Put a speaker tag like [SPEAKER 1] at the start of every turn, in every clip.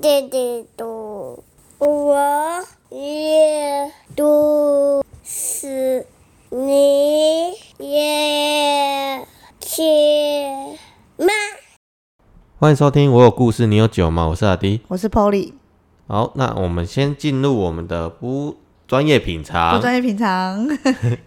[SPEAKER 1] 弟弟读，我也读诗，你也去吗？
[SPEAKER 2] 欢迎收听，我有故事，你有酒吗？我是阿迪。
[SPEAKER 3] 我是 Polly，
[SPEAKER 2] 好，那我们先进入我们的不专业品
[SPEAKER 3] 不
[SPEAKER 2] 尝。
[SPEAKER 3] 专业 品尝。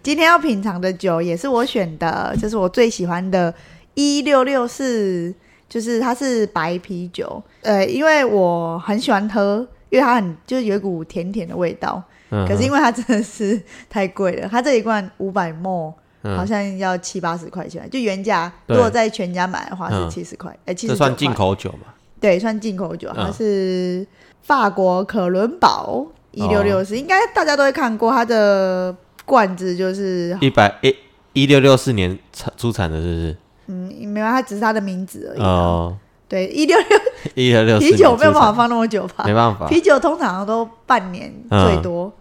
[SPEAKER 3] 今天要品尝的酒也是我选的，这是我最喜欢的，一六六四，就是它是白啤酒。呃，因为我很喜欢喝，因为它很就是有一股甜甜的味道。
[SPEAKER 2] 嗯
[SPEAKER 3] 可是因
[SPEAKER 2] 为
[SPEAKER 3] 为它真的是太贵了，它这一罐五百 ml 好
[SPEAKER 2] 嗯，
[SPEAKER 3] 像要七八十块钱，就原价。
[SPEAKER 2] 对
[SPEAKER 3] 如果在全家买的话
[SPEAKER 2] 嗯
[SPEAKER 3] 是七十块，哎、七
[SPEAKER 2] 这
[SPEAKER 3] 十
[SPEAKER 2] 算进，口酒嘛？
[SPEAKER 3] 对，算进口酒，
[SPEAKER 2] 嗯
[SPEAKER 3] 它是法国可伦堡
[SPEAKER 2] 哦
[SPEAKER 3] 一六六四，应该大家都会看过它的罐子，就是
[SPEAKER 2] 一百一一六六四年产出产的，是
[SPEAKER 3] 嗯，没有，它只是它的名
[SPEAKER 2] 不
[SPEAKER 3] 字而
[SPEAKER 2] 是？
[SPEAKER 3] 已啊、
[SPEAKER 2] 哦，
[SPEAKER 3] 对，一六六
[SPEAKER 2] 一六六四
[SPEAKER 3] 啤酒没有办法放那么久吧
[SPEAKER 2] 没？办法。
[SPEAKER 3] 啤酒通常都半年
[SPEAKER 2] 嗯
[SPEAKER 3] 最多。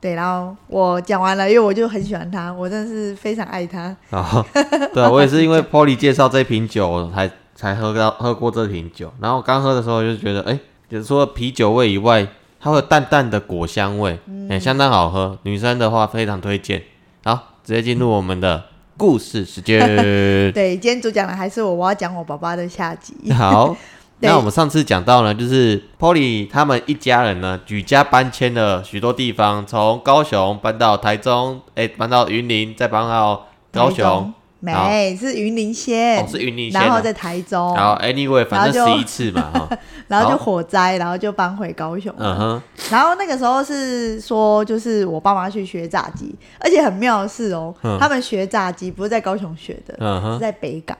[SPEAKER 3] 对，然后我讲完了，因为我就很喜欢它，我真的是非常爱它。
[SPEAKER 2] 哦，对啊，我也是因为 Polly 介绍这瓶酒我才才喝到喝过这瓶酒，然后刚喝的时候就觉得，哎、就是除了啤酒味以外，它会有淡淡的果香味，哎、
[SPEAKER 3] 嗯
[SPEAKER 2] 相当好喝。女生的话非常推荐。好，直接进入我们的故事时 间。
[SPEAKER 3] 对，今天主讲的还是我，我要讲我爸爸的下集。
[SPEAKER 2] 好，
[SPEAKER 3] 对
[SPEAKER 2] 那我们上次讲到呢，就是 Polly 他们一家人呢举家搬迁了许多地方，从高雄搬到台中，哎、搬到云林，再搬到 高
[SPEAKER 3] 台中
[SPEAKER 2] 雄。好
[SPEAKER 3] 没是云林县，
[SPEAKER 2] 哦是云林县
[SPEAKER 3] 然后
[SPEAKER 2] 哦
[SPEAKER 3] 在台中，
[SPEAKER 2] 然后 anyway，反正
[SPEAKER 3] 然后
[SPEAKER 2] 十
[SPEAKER 3] 就
[SPEAKER 2] 一次嘛， 哈，
[SPEAKER 3] 然后就
[SPEAKER 2] 好
[SPEAKER 3] 火灾，然后就搬回高雄。
[SPEAKER 2] 嗯哼，
[SPEAKER 3] 然后那个时候是说，就是我爸妈去学炸鸡，而且很妙的是哦，
[SPEAKER 2] 嗯
[SPEAKER 3] 他们学炸鸡不是在高雄学的，
[SPEAKER 2] 嗯
[SPEAKER 3] 是
[SPEAKER 2] 哼，
[SPEAKER 3] 在北港。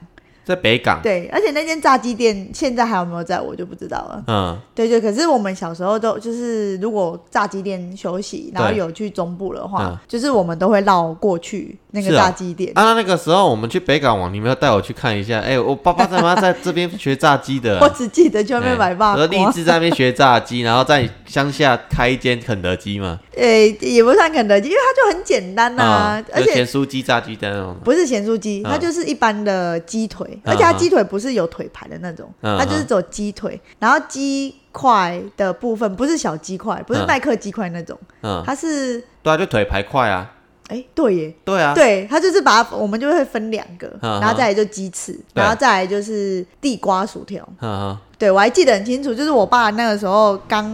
[SPEAKER 2] 在北港，
[SPEAKER 3] 对，而且那间炸鸡店现在还有没有在，我就不知道了。
[SPEAKER 2] 嗯
[SPEAKER 3] 对对，可是我们小时候都就是，如果炸鸡店休息，然后有去中部的话，
[SPEAKER 2] 嗯
[SPEAKER 3] 就是我们都会绕过去那
[SPEAKER 2] 是哦
[SPEAKER 3] 个炸鸡店。
[SPEAKER 2] 啊，那那个时候我们去北港网，你们要带我去看一下，哎、我爸爸他妈在这边学炸鸡的、
[SPEAKER 3] 我
[SPEAKER 2] 啊。
[SPEAKER 3] 只记得去外面买霸
[SPEAKER 2] 哎我
[SPEAKER 3] 瓜
[SPEAKER 2] 说，立志在那边学炸鸡，然后在乡下开一间肯德基嘛，
[SPEAKER 3] 诶、也不算肯德基，因为它就很简单呐、
[SPEAKER 2] 啊，
[SPEAKER 3] 而
[SPEAKER 2] 有
[SPEAKER 3] 且
[SPEAKER 2] 咸酥鸡、炸鸡的那种，
[SPEAKER 3] 不是咸酥鸡，
[SPEAKER 2] 嗯
[SPEAKER 3] 它就是一般的鸡腿，
[SPEAKER 2] 嗯
[SPEAKER 3] 而且它鸡腿不是有腿盘的那种，
[SPEAKER 2] 嗯
[SPEAKER 3] 它就是走鸡腿，然后鸡块的部分不是小鸡块，不是
[SPEAKER 2] 嗯
[SPEAKER 3] 麦克鸡块那种，
[SPEAKER 2] 嗯，
[SPEAKER 3] 它是
[SPEAKER 2] 对啊，就腿排块啊，
[SPEAKER 3] 哎、对耶，
[SPEAKER 2] 对啊，
[SPEAKER 3] 对，它就是把它我们就会分两个，
[SPEAKER 2] 嗯
[SPEAKER 3] 然后再来就鸡翅，
[SPEAKER 2] 对
[SPEAKER 3] 然后再来就是地瓜薯条。
[SPEAKER 2] 嗯
[SPEAKER 3] 对，我还记得很清楚，就是我爸那个时候刚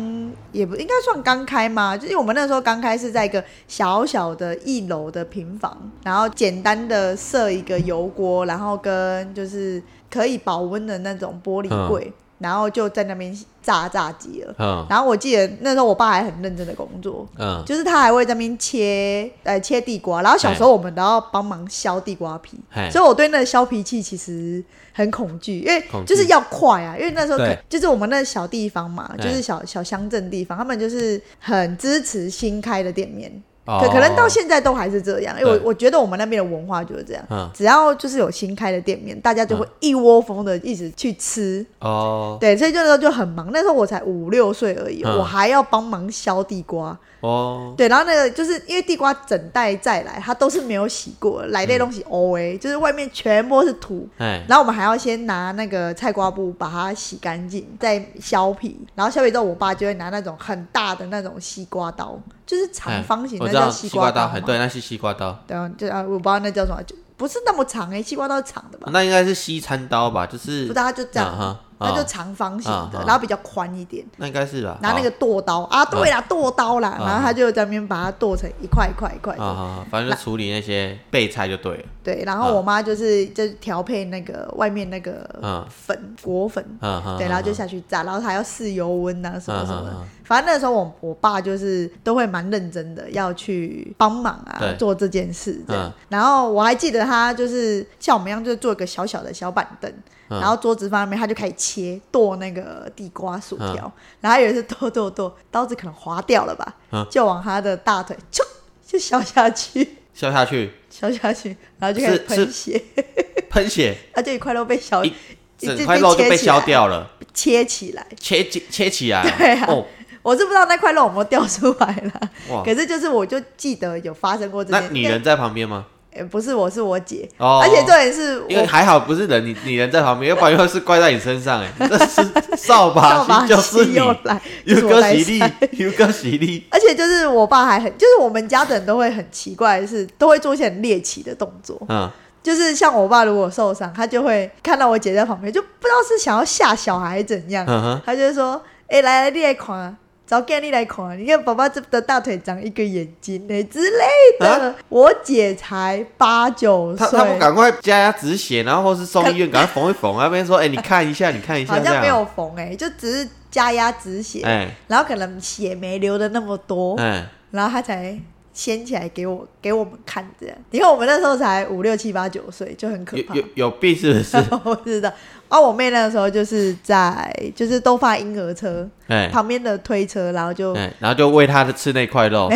[SPEAKER 3] 也不应该算刚开嘛，就是我们那时候刚开是在一个小小的一楼的平房，然后简单的设一个油锅，然后跟就是可以保温的那种玻璃柜，然后就在那边炸炸鸡了。
[SPEAKER 2] 嗯
[SPEAKER 3] 然后我记得那时候我爸还很认真的工作，
[SPEAKER 2] 嗯嗯，
[SPEAKER 3] 就是他还会在那边切呃切地瓜，然后小时候我们都要帮忙削地瓜皮
[SPEAKER 2] 嘿，
[SPEAKER 3] 所以我对那个削皮器其实很恐惧，因为
[SPEAKER 2] 恐惧
[SPEAKER 3] 就是要快啊，因为那时候可
[SPEAKER 2] 对
[SPEAKER 3] 就是我们那小地方嘛，
[SPEAKER 2] 嘿
[SPEAKER 3] 就是小小乡镇地方，他们就是很支持新开的店面，
[SPEAKER 2] 哦
[SPEAKER 3] 可可能到现在都还是这样，因为
[SPEAKER 2] 对
[SPEAKER 3] 我我觉得我们那边的文化就是这样。
[SPEAKER 2] 嗯
[SPEAKER 3] 只要就是有新开的店面，大家就会一窝蜂的一直去吃，
[SPEAKER 2] 哦
[SPEAKER 3] 对，所以就那时候就很忙。那时候我才五六岁而已，
[SPEAKER 2] 嗯
[SPEAKER 3] 我还要帮忙削地瓜，
[SPEAKER 2] 哦，
[SPEAKER 3] 对，然后那个就是因为地瓜整袋再来，它都是没有洗过的，来
[SPEAKER 2] 嗯
[SPEAKER 3] 那东西 O A，、就是外面全部是土。
[SPEAKER 2] 哎
[SPEAKER 3] 然后我们还要先拿那个菜瓜布把它洗干净，再削皮。然后削皮之后，我爸就会拿那种很大的那种西瓜刀，就是长
[SPEAKER 2] 哎
[SPEAKER 3] 方形
[SPEAKER 2] 我
[SPEAKER 3] 的
[SPEAKER 2] 知
[SPEAKER 3] 叫
[SPEAKER 2] 道
[SPEAKER 3] 西
[SPEAKER 2] 瓜
[SPEAKER 3] 刀嘛。
[SPEAKER 2] 很对，那是西瓜刀，
[SPEAKER 3] 对啊，就啊，我不知道那叫什么，就不是那么长哎、西瓜刀是长的吧？
[SPEAKER 2] 那应该是西餐刀吧，就是
[SPEAKER 3] 不知道，它就这
[SPEAKER 2] 嗯
[SPEAKER 3] 样
[SPEAKER 2] 哼，
[SPEAKER 3] 它就
[SPEAKER 2] 嗯
[SPEAKER 3] 长方形
[SPEAKER 2] 嗯
[SPEAKER 3] 的
[SPEAKER 2] 嗯，
[SPEAKER 3] 然后比较宽一点。
[SPEAKER 2] 那应该是吧，
[SPEAKER 3] 拿那个剁刀啊，对啦，剁刀啦，
[SPEAKER 2] 嗯
[SPEAKER 3] 然后他就在那边把它剁成一块一块一块的
[SPEAKER 2] 啊、。好反正就处理那些备菜就对了。
[SPEAKER 3] 对，然
[SPEAKER 2] 嗯
[SPEAKER 3] 后我妈就是就调配那个外面那个
[SPEAKER 2] 嗯
[SPEAKER 3] 粉、果粉，
[SPEAKER 2] 嗯哼，
[SPEAKER 3] 对，然后就
[SPEAKER 2] 嗯
[SPEAKER 3] 下去炸，然后还要试油温啊什么什么的。
[SPEAKER 2] 嗯嗯嗯
[SPEAKER 3] 反正那时候我我爸就是都会蛮认真的要去帮忙啊
[SPEAKER 2] 对，
[SPEAKER 3] 做这件事这样。
[SPEAKER 2] 嗯
[SPEAKER 3] 然后我还记得他就是像我们一样，就是做一个小小的小板凳。
[SPEAKER 2] 嗯
[SPEAKER 3] 然后桌子放在那边，他就开始切剁那个地瓜薯条，然后他有一次剁剁剁，刀子可能划掉了吧，
[SPEAKER 2] 嗯
[SPEAKER 3] 就往他的大腿就就削下去，
[SPEAKER 2] 消下去，
[SPEAKER 3] 削下去，然后就开始
[SPEAKER 2] 是
[SPEAKER 3] 喷血。
[SPEAKER 2] 喷血，
[SPEAKER 3] 而且一块肉被削
[SPEAKER 2] 一
[SPEAKER 3] 一
[SPEAKER 2] 整
[SPEAKER 3] 被
[SPEAKER 2] 块肉就被
[SPEAKER 3] 切起来
[SPEAKER 2] 削掉了，
[SPEAKER 3] 切起来。
[SPEAKER 2] 切起切起 来。
[SPEAKER 3] 对啊
[SPEAKER 2] 哦，
[SPEAKER 3] 我是不知道那块肉有没有掉出来啦，
[SPEAKER 2] 哇！
[SPEAKER 3] 可是就是我就记得有发生过这
[SPEAKER 2] 那
[SPEAKER 3] 件。
[SPEAKER 2] 你
[SPEAKER 3] 因为
[SPEAKER 2] 人在旁边吗？
[SPEAKER 3] 呃不是我是我姐，
[SPEAKER 2] 哦
[SPEAKER 3] 而且重点是
[SPEAKER 2] 因为
[SPEAKER 3] 我
[SPEAKER 2] 还好不是人，你你人在旁边，要不然又是怪在你身上哎、这 是扫把
[SPEAKER 3] 扫把
[SPEAKER 2] 星就是
[SPEAKER 3] 西
[SPEAKER 2] 你，
[SPEAKER 3] 又来，就是
[SPEAKER 2] 有
[SPEAKER 3] 我
[SPEAKER 2] 个
[SPEAKER 3] 来
[SPEAKER 2] 喜力
[SPEAKER 3] 塞，
[SPEAKER 2] 有个喜力，
[SPEAKER 3] 而且就是我爸还很，就是我们家的人都会很奇怪的是，都会做一些很猎奇的动作。
[SPEAKER 2] 嗯，
[SPEAKER 3] 就是像我爸如果受伤，他就会看到我姐在旁边，就不知道是想要吓小孩还是怎样，
[SPEAKER 2] 嗯哼
[SPEAKER 3] 他就会说：“哎、来来，你来看啊，找给你来看啊，你看爸爸这的大腿长一个眼睛嘞、之类的。我姐才八九岁
[SPEAKER 2] 啊他，他们赶快加止血，然后或是送医院，赶快缝一缝，那边说，哎、你看一下，你看一下，
[SPEAKER 3] 好
[SPEAKER 2] 这
[SPEAKER 3] 像
[SPEAKER 2] 样，
[SPEAKER 3] 没有缝哎、就只是加压止血，
[SPEAKER 2] 哎
[SPEAKER 3] 然后可能血没流的那么多，
[SPEAKER 2] 哎，
[SPEAKER 3] 然后他才掀起来给我给我们看这样。你看我们那时候才五六七八九岁，就很可
[SPEAKER 2] 有
[SPEAKER 3] 怕。
[SPEAKER 2] 有有病是 不是？
[SPEAKER 3] 我不知道。啊，我妹那个时候就是在就是都放婴儿车、
[SPEAKER 2] 哎
[SPEAKER 3] 旁边的推车，然后就、
[SPEAKER 2] 哎，然后就喂他吃那块肉，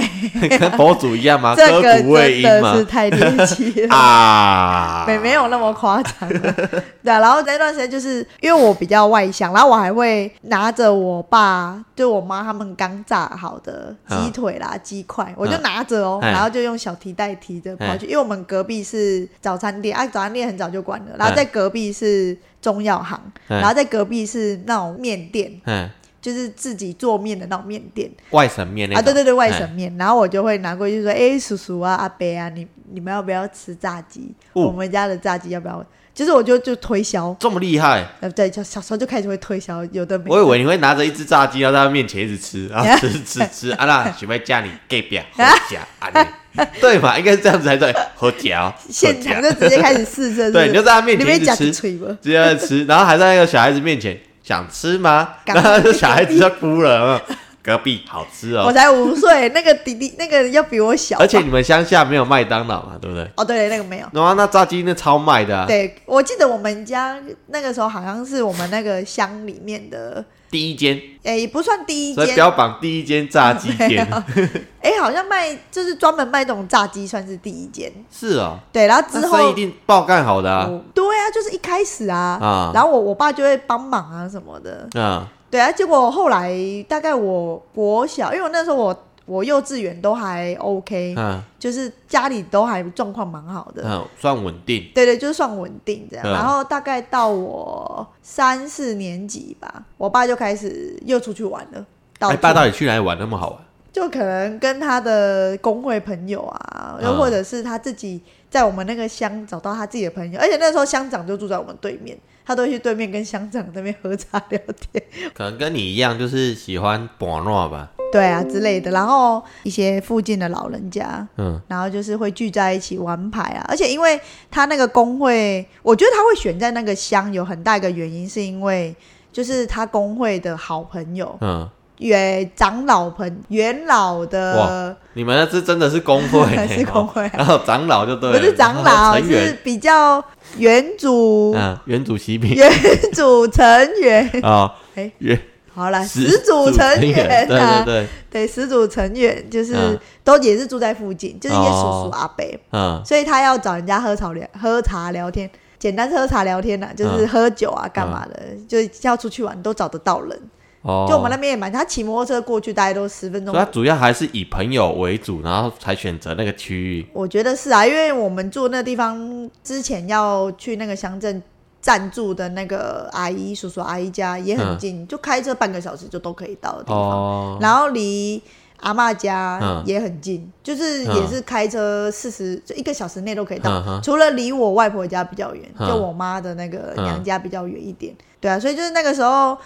[SPEAKER 2] 跟佛祖一样嘛，
[SPEAKER 3] 哎
[SPEAKER 2] 割
[SPEAKER 3] 这个
[SPEAKER 2] 骨喂
[SPEAKER 3] 真
[SPEAKER 2] 鹰
[SPEAKER 3] 的
[SPEAKER 2] 嘛
[SPEAKER 3] 是，太猎奇 了。
[SPEAKER 2] 啊，
[SPEAKER 3] 没没有那么夸张啊，对啊、然后那段时间就是因为我比较外向，然后我还会拿着我爸就我妈他们刚炸好的鸡腿啦、鸡块，我就拿着哦，
[SPEAKER 2] 嗯哎
[SPEAKER 3] 然后就用小提袋提着跑去，因为我们隔壁是早餐店，啊，早餐店很早就关了，然后在隔壁是中药行，
[SPEAKER 2] 哎
[SPEAKER 3] 然后在隔壁是那种面店，
[SPEAKER 2] 哎，
[SPEAKER 3] 就是自己做面的那种面店，
[SPEAKER 2] 外省面那
[SPEAKER 3] 啊，
[SPEAKER 2] 种
[SPEAKER 3] 对对对，外省
[SPEAKER 2] 哎
[SPEAKER 3] 面，然后我就会拿过去说，哎，叔叔啊，阿伯啊，你你们要不要吃炸鸡？
[SPEAKER 2] 哦
[SPEAKER 3] 我们家的炸鸡要不要？就是我就就推销，
[SPEAKER 2] 这么厉害，
[SPEAKER 3] 呃，对，小小时候就开始会推销，有的没的。
[SPEAKER 2] 我以为你会拿着一只炸鸡，要在他面前一直 吃，然后吃吃吃，啊那想要嫁你 gay 表好假啊你，对嘛？应该是这样子才对，好假哦，
[SPEAKER 3] 现
[SPEAKER 2] 好
[SPEAKER 3] 场
[SPEAKER 2] 假
[SPEAKER 3] 就直接开始试着，
[SPEAKER 2] 对，你就在他面
[SPEAKER 3] 里
[SPEAKER 2] 前一
[SPEAKER 3] 面
[SPEAKER 2] 直
[SPEAKER 3] 夹
[SPEAKER 2] 吃，
[SPEAKER 3] 着
[SPEAKER 2] 直
[SPEAKER 3] 吹吧。
[SPEAKER 2] 接在吃，然后还在那个小孩子面前想吃吗？
[SPEAKER 3] 赶
[SPEAKER 2] 然
[SPEAKER 3] 快
[SPEAKER 2] 后这小孩子就哭了，有没有隔壁好吃
[SPEAKER 3] 我
[SPEAKER 2] 哦，
[SPEAKER 3] 才五岁，那个弟弟那个要比我小吧，
[SPEAKER 2] 而且你啊们乡下没有麦当劳嘛，对不对？
[SPEAKER 3] 哦，对，那个没有。
[SPEAKER 2] 然后那炸鸡那超卖的啊，
[SPEAKER 3] 对，我记得我们家那个时候好像是我们那个乡里面的，
[SPEAKER 2] 第一间，
[SPEAKER 3] 诶，也不算第一
[SPEAKER 2] 所以
[SPEAKER 3] 间，
[SPEAKER 2] 标榜第一间炸鸡店
[SPEAKER 3] 哎、好像卖就是专门卖这种炸鸡，算是第一间。
[SPEAKER 2] 是哦，
[SPEAKER 3] 对，然后
[SPEAKER 2] 那
[SPEAKER 3] 之
[SPEAKER 2] 生意一
[SPEAKER 3] 后，
[SPEAKER 2] 定爆干好的啊，
[SPEAKER 3] 我对啊，就是一开始啊，
[SPEAKER 2] 啊
[SPEAKER 3] 然后我我爸就会帮忙啊什么的。
[SPEAKER 2] 嗯
[SPEAKER 3] 对啊，结果后来大概我国小，因为我那时候我我幼稚园都还 OK，、
[SPEAKER 2] 嗯。
[SPEAKER 3] 就是家里都还状况蛮好的。
[SPEAKER 2] 嗯，算稳定。
[SPEAKER 3] 对对，就是算稳定这样。
[SPEAKER 2] 对啊
[SPEAKER 3] 然后大概到我三四年级吧，我爸就开始又出去玩了。到
[SPEAKER 2] 哎，
[SPEAKER 3] 处
[SPEAKER 2] 爸到底去哪里玩那么好玩？
[SPEAKER 3] 就可能跟他的工会朋友啊，又
[SPEAKER 2] 嗯
[SPEAKER 3] 或者是他自己在我们那个乡找到他自己的朋友，而且那时候乡长就住在我们对面，他都会去对面跟乡长那边喝茶聊天，
[SPEAKER 2] 可能跟你一样，就是喜欢玩闹吧。
[SPEAKER 3] 对啊之类的。然后一些附近的老人家，
[SPEAKER 2] 嗯，
[SPEAKER 3] 然后就是会聚在一起玩牌啊。而且因为他那个工会，我觉得他会选在那个乡，有很大一个原因是因为就是他工会的好朋友，
[SPEAKER 2] 嗯，
[SPEAKER 3] 也长老朋元老的。，
[SPEAKER 2] 你们那是真的是工会
[SPEAKER 3] 是工会啊
[SPEAKER 2] 然后长老就对了，
[SPEAKER 3] 不是长
[SPEAKER 2] 然后还
[SPEAKER 3] 老，
[SPEAKER 2] 有成
[SPEAKER 3] 是
[SPEAKER 2] 员，
[SPEAKER 3] 比较原主、
[SPEAKER 2] 嗯，原主席兵
[SPEAKER 3] 原 主成员。
[SPEAKER 2] 啊，
[SPEAKER 3] 哎
[SPEAKER 2] 原
[SPEAKER 3] 好啦，
[SPEAKER 2] 始
[SPEAKER 3] 始祖成员
[SPEAKER 2] 员，对
[SPEAKER 3] 啊，
[SPEAKER 2] 对对，
[SPEAKER 3] 对始祖成员就是、
[SPEAKER 2] 嗯
[SPEAKER 3] 都也是住在附近，就是一些叔叔
[SPEAKER 2] 哦
[SPEAKER 3] 阿伯，
[SPEAKER 2] 嗯
[SPEAKER 3] 所以他要找人家喝茶聊喝茶聊天，简单是喝茶聊天呐、就是
[SPEAKER 2] 嗯
[SPEAKER 3] 喝酒啊干嘛的，就是要出去玩都找得到人。
[SPEAKER 2] 哦，
[SPEAKER 3] 就我们那边也蛮，他骑摩托车过去大概都十分钟
[SPEAKER 2] 所以。他主要还是以朋友为主，然后才选择那个区域。
[SPEAKER 3] 我觉得是啊，因为我们住那地方之前要去那个乡镇暂住的那个阿姨、叔叔、阿姨家也很近，就开车半个小时就都可以到的地方。
[SPEAKER 2] 嗯哦，
[SPEAKER 3] 然后离阿嬷家
[SPEAKER 2] 嗯
[SPEAKER 3] 也很近，就是
[SPEAKER 2] 嗯
[SPEAKER 3] 也是开车四十就一个小时内都可以到，
[SPEAKER 2] 嗯哼
[SPEAKER 3] 除了离我外婆家比较远，
[SPEAKER 2] 嗯
[SPEAKER 3] 就我妈的那个
[SPEAKER 2] 嗯
[SPEAKER 3] 娘家比较远一点。对啊，所以就是那个时候。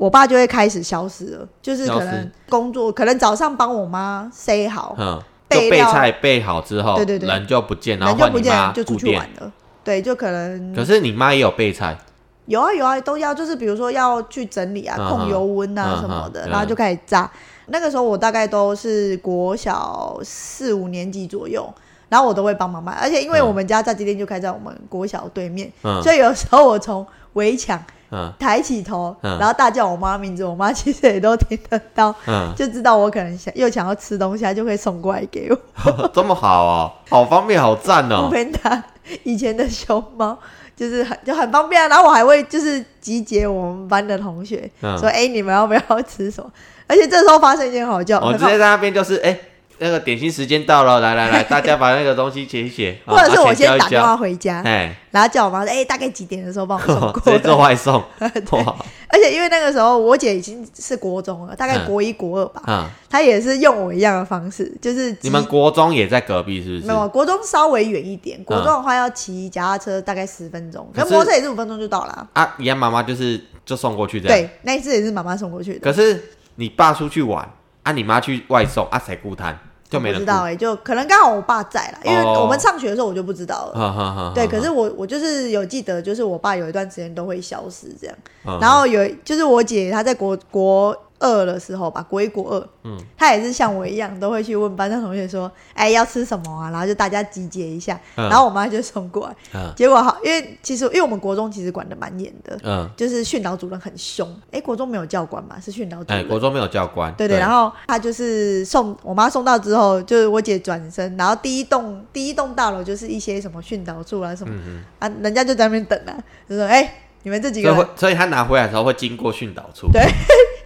[SPEAKER 3] 我爸就会开始消失了，就是可
[SPEAKER 2] 消
[SPEAKER 3] 能
[SPEAKER 2] 失
[SPEAKER 3] 工作，可能早上帮我妈 say 好，
[SPEAKER 2] 嗯，就
[SPEAKER 3] 备
[SPEAKER 2] 备
[SPEAKER 3] 料
[SPEAKER 2] 菜备好之后，
[SPEAKER 3] 对对对
[SPEAKER 2] 人就不见，然后
[SPEAKER 3] 人就
[SPEAKER 2] 换
[SPEAKER 3] 不
[SPEAKER 2] 你
[SPEAKER 3] 见
[SPEAKER 2] 妈
[SPEAKER 3] 了，就出
[SPEAKER 2] 顾
[SPEAKER 3] 去
[SPEAKER 2] 店
[SPEAKER 3] 玩。了。对，就可能
[SPEAKER 2] 可是你妈也有备菜，
[SPEAKER 3] 有啊有啊，都要就是比如说要去整理啊、
[SPEAKER 2] 嗯
[SPEAKER 3] 控
[SPEAKER 2] 嗯
[SPEAKER 3] 油温啊
[SPEAKER 2] 嗯
[SPEAKER 3] 什么的，
[SPEAKER 2] 嗯
[SPEAKER 3] 然后就开始炸。那个时候我大概都是国小四五年级左右，然后我都会帮忙买，而且因为
[SPEAKER 2] 嗯
[SPEAKER 3] 我们家炸鸡店就开在我们国小对面，
[SPEAKER 2] 嗯
[SPEAKER 3] 所以有时候我从围墙
[SPEAKER 2] 嗯
[SPEAKER 3] 抬起头，
[SPEAKER 2] 嗯
[SPEAKER 3] 然后大叫我妈名字，我妈其实也都听得到。
[SPEAKER 2] 嗯，
[SPEAKER 3] 就知道我可能想又想要吃东西，她就会送过来给我。
[SPEAKER 2] 这么好哦，好方便，好赞
[SPEAKER 3] 我
[SPEAKER 2] 哦。
[SPEAKER 3] 们打以前的熊猫， 就是很就很方便啊。然后我还会就是集结我们班的同学，
[SPEAKER 2] 嗯
[SPEAKER 3] 说：“哎、你们要不要吃什么？”而且这时候发生一件好笑，
[SPEAKER 2] 我
[SPEAKER 3] 很
[SPEAKER 2] 哦直
[SPEAKER 3] 好
[SPEAKER 2] 接在那边就是，哎、那个点心时间到了，来来来，大家把那个东西写一写， 啊
[SPEAKER 3] 或者是
[SPEAKER 2] 啊
[SPEAKER 3] 我
[SPEAKER 2] 钱
[SPEAKER 3] 先
[SPEAKER 2] 交一
[SPEAKER 3] 打电
[SPEAKER 2] 交
[SPEAKER 3] 话回家，
[SPEAKER 2] 哎，哦
[SPEAKER 3] 然后叫我妈说，哎、大概几点的时 候帮我送
[SPEAKER 2] 直
[SPEAKER 3] 过
[SPEAKER 2] 接做
[SPEAKER 3] 来。
[SPEAKER 2] 外送，
[SPEAKER 3] 对
[SPEAKER 2] 哇，
[SPEAKER 3] 而且因为那个时候我姐已经是国中了，大概
[SPEAKER 2] 嗯
[SPEAKER 3] 国一国二吧，
[SPEAKER 2] 啊，
[SPEAKER 3] 她也是用我一样的方式，就是
[SPEAKER 2] 你们
[SPEAKER 3] 集
[SPEAKER 2] 国中也在隔壁是不
[SPEAKER 3] 没有
[SPEAKER 2] 是？嗯
[SPEAKER 3] 国中稍微远一点，国中的话要骑脚踏车大概十分钟，
[SPEAKER 2] 可
[SPEAKER 3] 可
[SPEAKER 2] 是
[SPEAKER 3] 是摩托车也是五分钟就到了。
[SPEAKER 2] 啊，你家妈妈就是就送过去这样。
[SPEAKER 3] 对，那一次也是妈妈送过去的。
[SPEAKER 2] 可是你爸出去玩，啊，你妈去外送，啊，谁顾摊就没
[SPEAKER 3] 我不
[SPEAKER 2] 人
[SPEAKER 3] 知
[SPEAKER 2] 顾。
[SPEAKER 3] 道哎、就可能刚好我爸在啦，因为
[SPEAKER 2] 哦嗯
[SPEAKER 3] 我们上学的时候我就不知道了。
[SPEAKER 2] 哈哈哈。
[SPEAKER 3] 对，可是我我就是有记得，就是我爸有一段时间都会消失这样，
[SPEAKER 2] 嗯
[SPEAKER 3] 然后有就是我姐她在国国二的时候吧，国一国二，嗯，她也是像我一样都会去问班上同学说，哎、要吃什么啊？然后就大家集结一下，
[SPEAKER 2] 嗯
[SPEAKER 3] 然后我妈就送过来，
[SPEAKER 2] 嗯
[SPEAKER 3] 结果好，因为其实因为我们国中其实管的蛮严的，
[SPEAKER 2] 嗯，
[SPEAKER 3] 就是训导主任很凶，哎、国中没有教官嘛，是训导主
[SPEAKER 2] 哎、
[SPEAKER 3] 任。
[SPEAKER 2] 国中没有教官，
[SPEAKER 3] 对对，然后他就是送我妈送到之后，就是我姐转身，然后第一栋第一栋大楼就是一些什么训导处啊什么、啊，人家就在那边等啊，就说哎、你们这几
[SPEAKER 2] 所
[SPEAKER 3] 个
[SPEAKER 2] 以会
[SPEAKER 3] 人，
[SPEAKER 2] 所以他拿回来的时候会经过训导处，
[SPEAKER 3] 对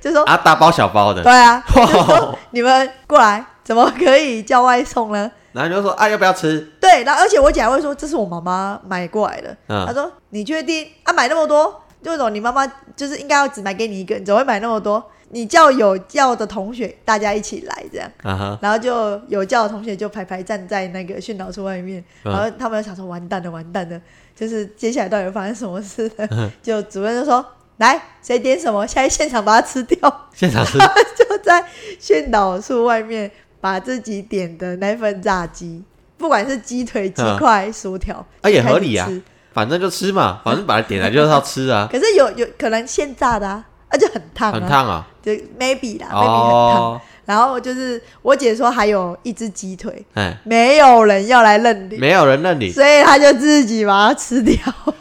[SPEAKER 3] 就说、
[SPEAKER 2] 啊，大包小包的
[SPEAKER 3] 对，啊，
[SPEAKER 2] 哇
[SPEAKER 3] 就说你们过来，怎么可以叫外送呢？
[SPEAKER 2] 然后就说啊，要不要吃？
[SPEAKER 3] 对，然后而且我姐还会说这是我妈妈买过来的，
[SPEAKER 2] 嗯
[SPEAKER 3] 她说你确定啊买那么多？就是种你妈妈就是应该要只买给你一个，你怎么会买那么多？你叫有叫的同学大家一起来这样。
[SPEAKER 2] 啊哈，
[SPEAKER 3] 然后就有叫的同学就排排站在那个训导处外面，
[SPEAKER 2] 嗯
[SPEAKER 3] 然后他们想说完蛋了，完蛋了，就是接下来到底发生什么事呢？ 就主任就说来谁点什么，现在现场把它吃掉，
[SPEAKER 2] 现场吃，
[SPEAKER 3] 就在训导处外面把自己点的那份炸鸡，不管是鸡腿、鸡块、薯条，
[SPEAKER 2] 啊也
[SPEAKER 3] 就开始
[SPEAKER 2] 合理啊
[SPEAKER 3] 吃
[SPEAKER 2] 反正就吃嘛，反正把它点来就是要吃 啊，
[SPEAKER 3] 可是有有可能现炸的啊，啊就很烫、啊，
[SPEAKER 2] 很，烫啊，
[SPEAKER 3] 就 maybe 啦、maybe 很烫。
[SPEAKER 2] 哦，
[SPEAKER 3] 然后就是我姐说还有一只鸡腿，
[SPEAKER 2] 哎，
[SPEAKER 3] 没有人要来认领。
[SPEAKER 2] 没有人认领，
[SPEAKER 3] 所以他就自己把它 吃掉。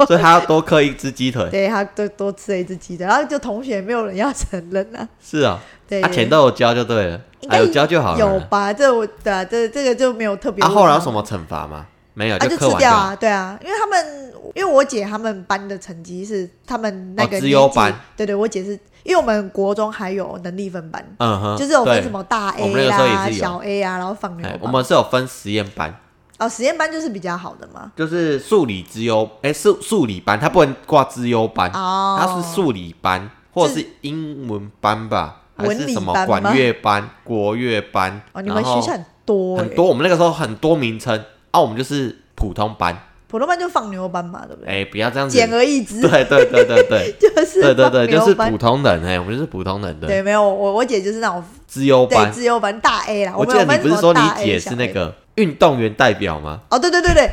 [SPEAKER 2] 所以他要多刻一只鸡腿，
[SPEAKER 3] 对，他就多吃了一只鸡腿，然后就同学没有人要承认啊。
[SPEAKER 2] 是啊，
[SPEAKER 3] 对，
[SPEAKER 2] 他钱都有交就对了，
[SPEAKER 3] 应
[SPEAKER 2] 啊
[SPEAKER 3] 该
[SPEAKER 2] 有交就好
[SPEAKER 3] 有
[SPEAKER 2] 了，
[SPEAKER 3] 吧？这我对啊，这这个就没有特别
[SPEAKER 2] 啊
[SPEAKER 3] 问他。
[SPEAKER 2] 后来有什么惩罚吗？没有，
[SPEAKER 3] 啊，就
[SPEAKER 2] 刻
[SPEAKER 3] 吃
[SPEAKER 2] 完
[SPEAKER 3] 掉
[SPEAKER 2] 好
[SPEAKER 3] 啊，对啊，因为他们因为我姐他们班的成绩是他们那
[SPEAKER 2] 哦
[SPEAKER 3] 个
[SPEAKER 2] 资优
[SPEAKER 3] 年级
[SPEAKER 2] 班，
[SPEAKER 3] 对对，我姐是因为我们国中还有能力分班，
[SPEAKER 2] 嗯哼，
[SPEAKER 3] 就是有分
[SPEAKER 2] 对
[SPEAKER 3] 什么大
[SPEAKER 2] 我们那
[SPEAKER 3] A
[SPEAKER 2] 个时候也
[SPEAKER 3] 啦、
[SPEAKER 2] 是有
[SPEAKER 3] 小 A 啊，然后放牛
[SPEAKER 2] 哎，我
[SPEAKER 3] 班。
[SPEAKER 2] 们是有分实验班，
[SPEAKER 3] 哦，实验班就是比较好的嘛。
[SPEAKER 2] 就是数理资优，哎、数数理班，它不能挂资优班，
[SPEAKER 3] 哦，
[SPEAKER 2] 它是数理班或者是英文班吧，还
[SPEAKER 3] 文
[SPEAKER 2] 是
[SPEAKER 3] 理
[SPEAKER 2] 什么
[SPEAKER 3] 班吗
[SPEAKER 2] 管乐班、国乐班？
[SPEAKER 3] 哦，你们
[SPEAKER 2] 然后
[SPEAKER 3] 学校很多欸
[SPEAKER 2] 很多，我们那个时候很多名称啊，我们就是普通班，
[SPEAKER 3] 普通班就放牛班嘛，对不对？
[SPEAKER 2] 哎、不要这样子，
[SPEAKER 3] 哦简而易之，。
[SPEAKER 2] 对对对对对
[SPEAKER 3] 就是
[SPEAKER 2] 对对对，
[SPEAKER 3] 放牛
[SPEAKER 2] 就是
[SPEAKER 3] 班
[SPEAKER 2] 普通人哎、我们就是普通人的
[SPEAKER 3] 对，没有我我姐就是那种
[SPEAKER 2] 资优
[SPEAKER 3] 对
[SPEAKER 2] 班。
[SPEAKER 3] 自由班大 A 啦。
[SPEAKER 2] 我记
[SPEAKER 3] 们
[SPEAKER 2] 得你
[SPEAKER 3] 有分
[SPEAKER 2] 不是
[SPEAKER 3] 什么
[SPEAKER 2] 说你
[SPEAKER 3] 大 A
[SPEAKER 2] 姐
[SPEAKER 3] 小
[SPEAKER 2] 是那
[SPEAKER 3] A
[SPEAKER 2] 个运动员代表吗？
[SPEAKER 3] 哦，对对对对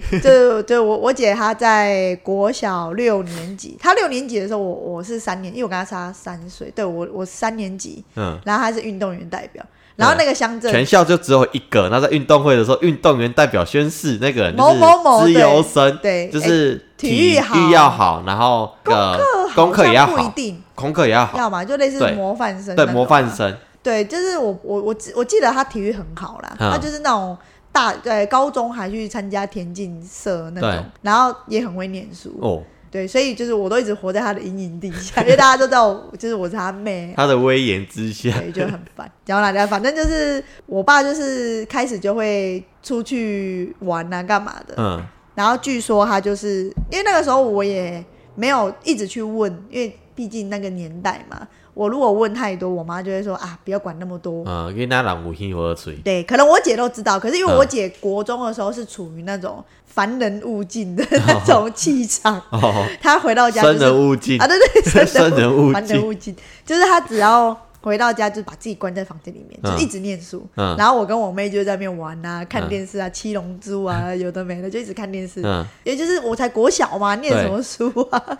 [SPEAKER 3] 对，就就我我姐她在国小六年级，她六年级的时候我我是三年，因为我跟她差三岁，对我我三年级，
[SPEAKER 2] 嗯，
[SPEAKER 3] 然后她是运动员代表，然后那个乡镇
[SPEAKER 2] 全校就只有一个。那在运动会的时候，运动员代表宣誓，那个人
[SPEAKER 3] 某某某
[SPEAKER 2] 就是资优生，
[SPEAKER 3] 对哎
[SPEAKER 2] 就是
[SPEAKER 3] 体
[SPEAKER 2] 体
[SPEAKER 3] 育好
[SPEAKER 2] 要好，然后呃功课也要
[SPEAKER 3] 好像不一
[SPEAKER 2] 好，
[SPEAKER 3] 定
[SPEAKER 2] 功课也要好，
[SPEAKER 3] 要嘛，就类似
[SPEAKER 2] 对
[SPEAKER 3] 模范生那
[SPEAKER 2] 对
[SPEAKER 3] 种啊
[SPEAKER 2] 模范生，
[SPEAKER 3] 对，就是我我我记我记得他体育很好啦，
[SPEAKER 2] 嗯
[SPEAKER 3] 他就是那种大对高中还去参加田径社那
[SPEAKER 2] 对
[SPEAKER 3] 种，然后也很会念书，
[SPEAKER 2] 哦，
[SPEAKER 3] 对，所以就是我都一直活在他的阴影底下，因为大家都知道我就是我是他妹 啊，
[SPEAKER 2] 他的威严之下，
[SPEAKER 3] 对，就很烦。然后来来，反正就是我爸就是开始就会出去玩啊，干嘛的，
[SPEAKER 2] 嗯，
[SPEAKER 3] 然后据说他就是因为那个时候我也没有一直去问，因为毕竟那个年代嘛，我如果问太多，我妈就会说啊，不要管那么多，
[SPEAKER 2] 嗯，因为那人有心有嘴，
[SPEAKER 3] 对，可能我姐都知道，可是因为
[SPEAKER 2] 嗯
[SPEAKER 3] 我姐国中的时候是处于那种凡人勿近的那种气场，
[SPEAKER 2] 哦，
[SPEAKER 3] 她回到家就
[SPEAKER 2] 生人
[SPEAKER 3] 是
[SPEAKER 2] 勿近
[SPEAKER 3] 啊，，对对，
[SPEAKER 2] 生人勿
[SPEAKER 3] 凡
[SPEAKER 2] 近
[SPEAKER 3] 人勿近，就是她只要回到家就把自己关在房间里面，就
[SPEAKER 2] 嗯
[SPEAKER 3] 一直念书，
[SPEAKER 2] 嗯
[SPEAKER 3] 然后我跟我妹就在那边玩啊，看
[SPEAKER 2] 嗯
[SPEAKER 3] 电视啊，七龙珠啊，有的没的，就一直看电视，
[SPEAKER 2] 嗯，
[SPEAKER 3] 也就是我才国小嘛，念什么书啊？
[SPEAKER 2] 对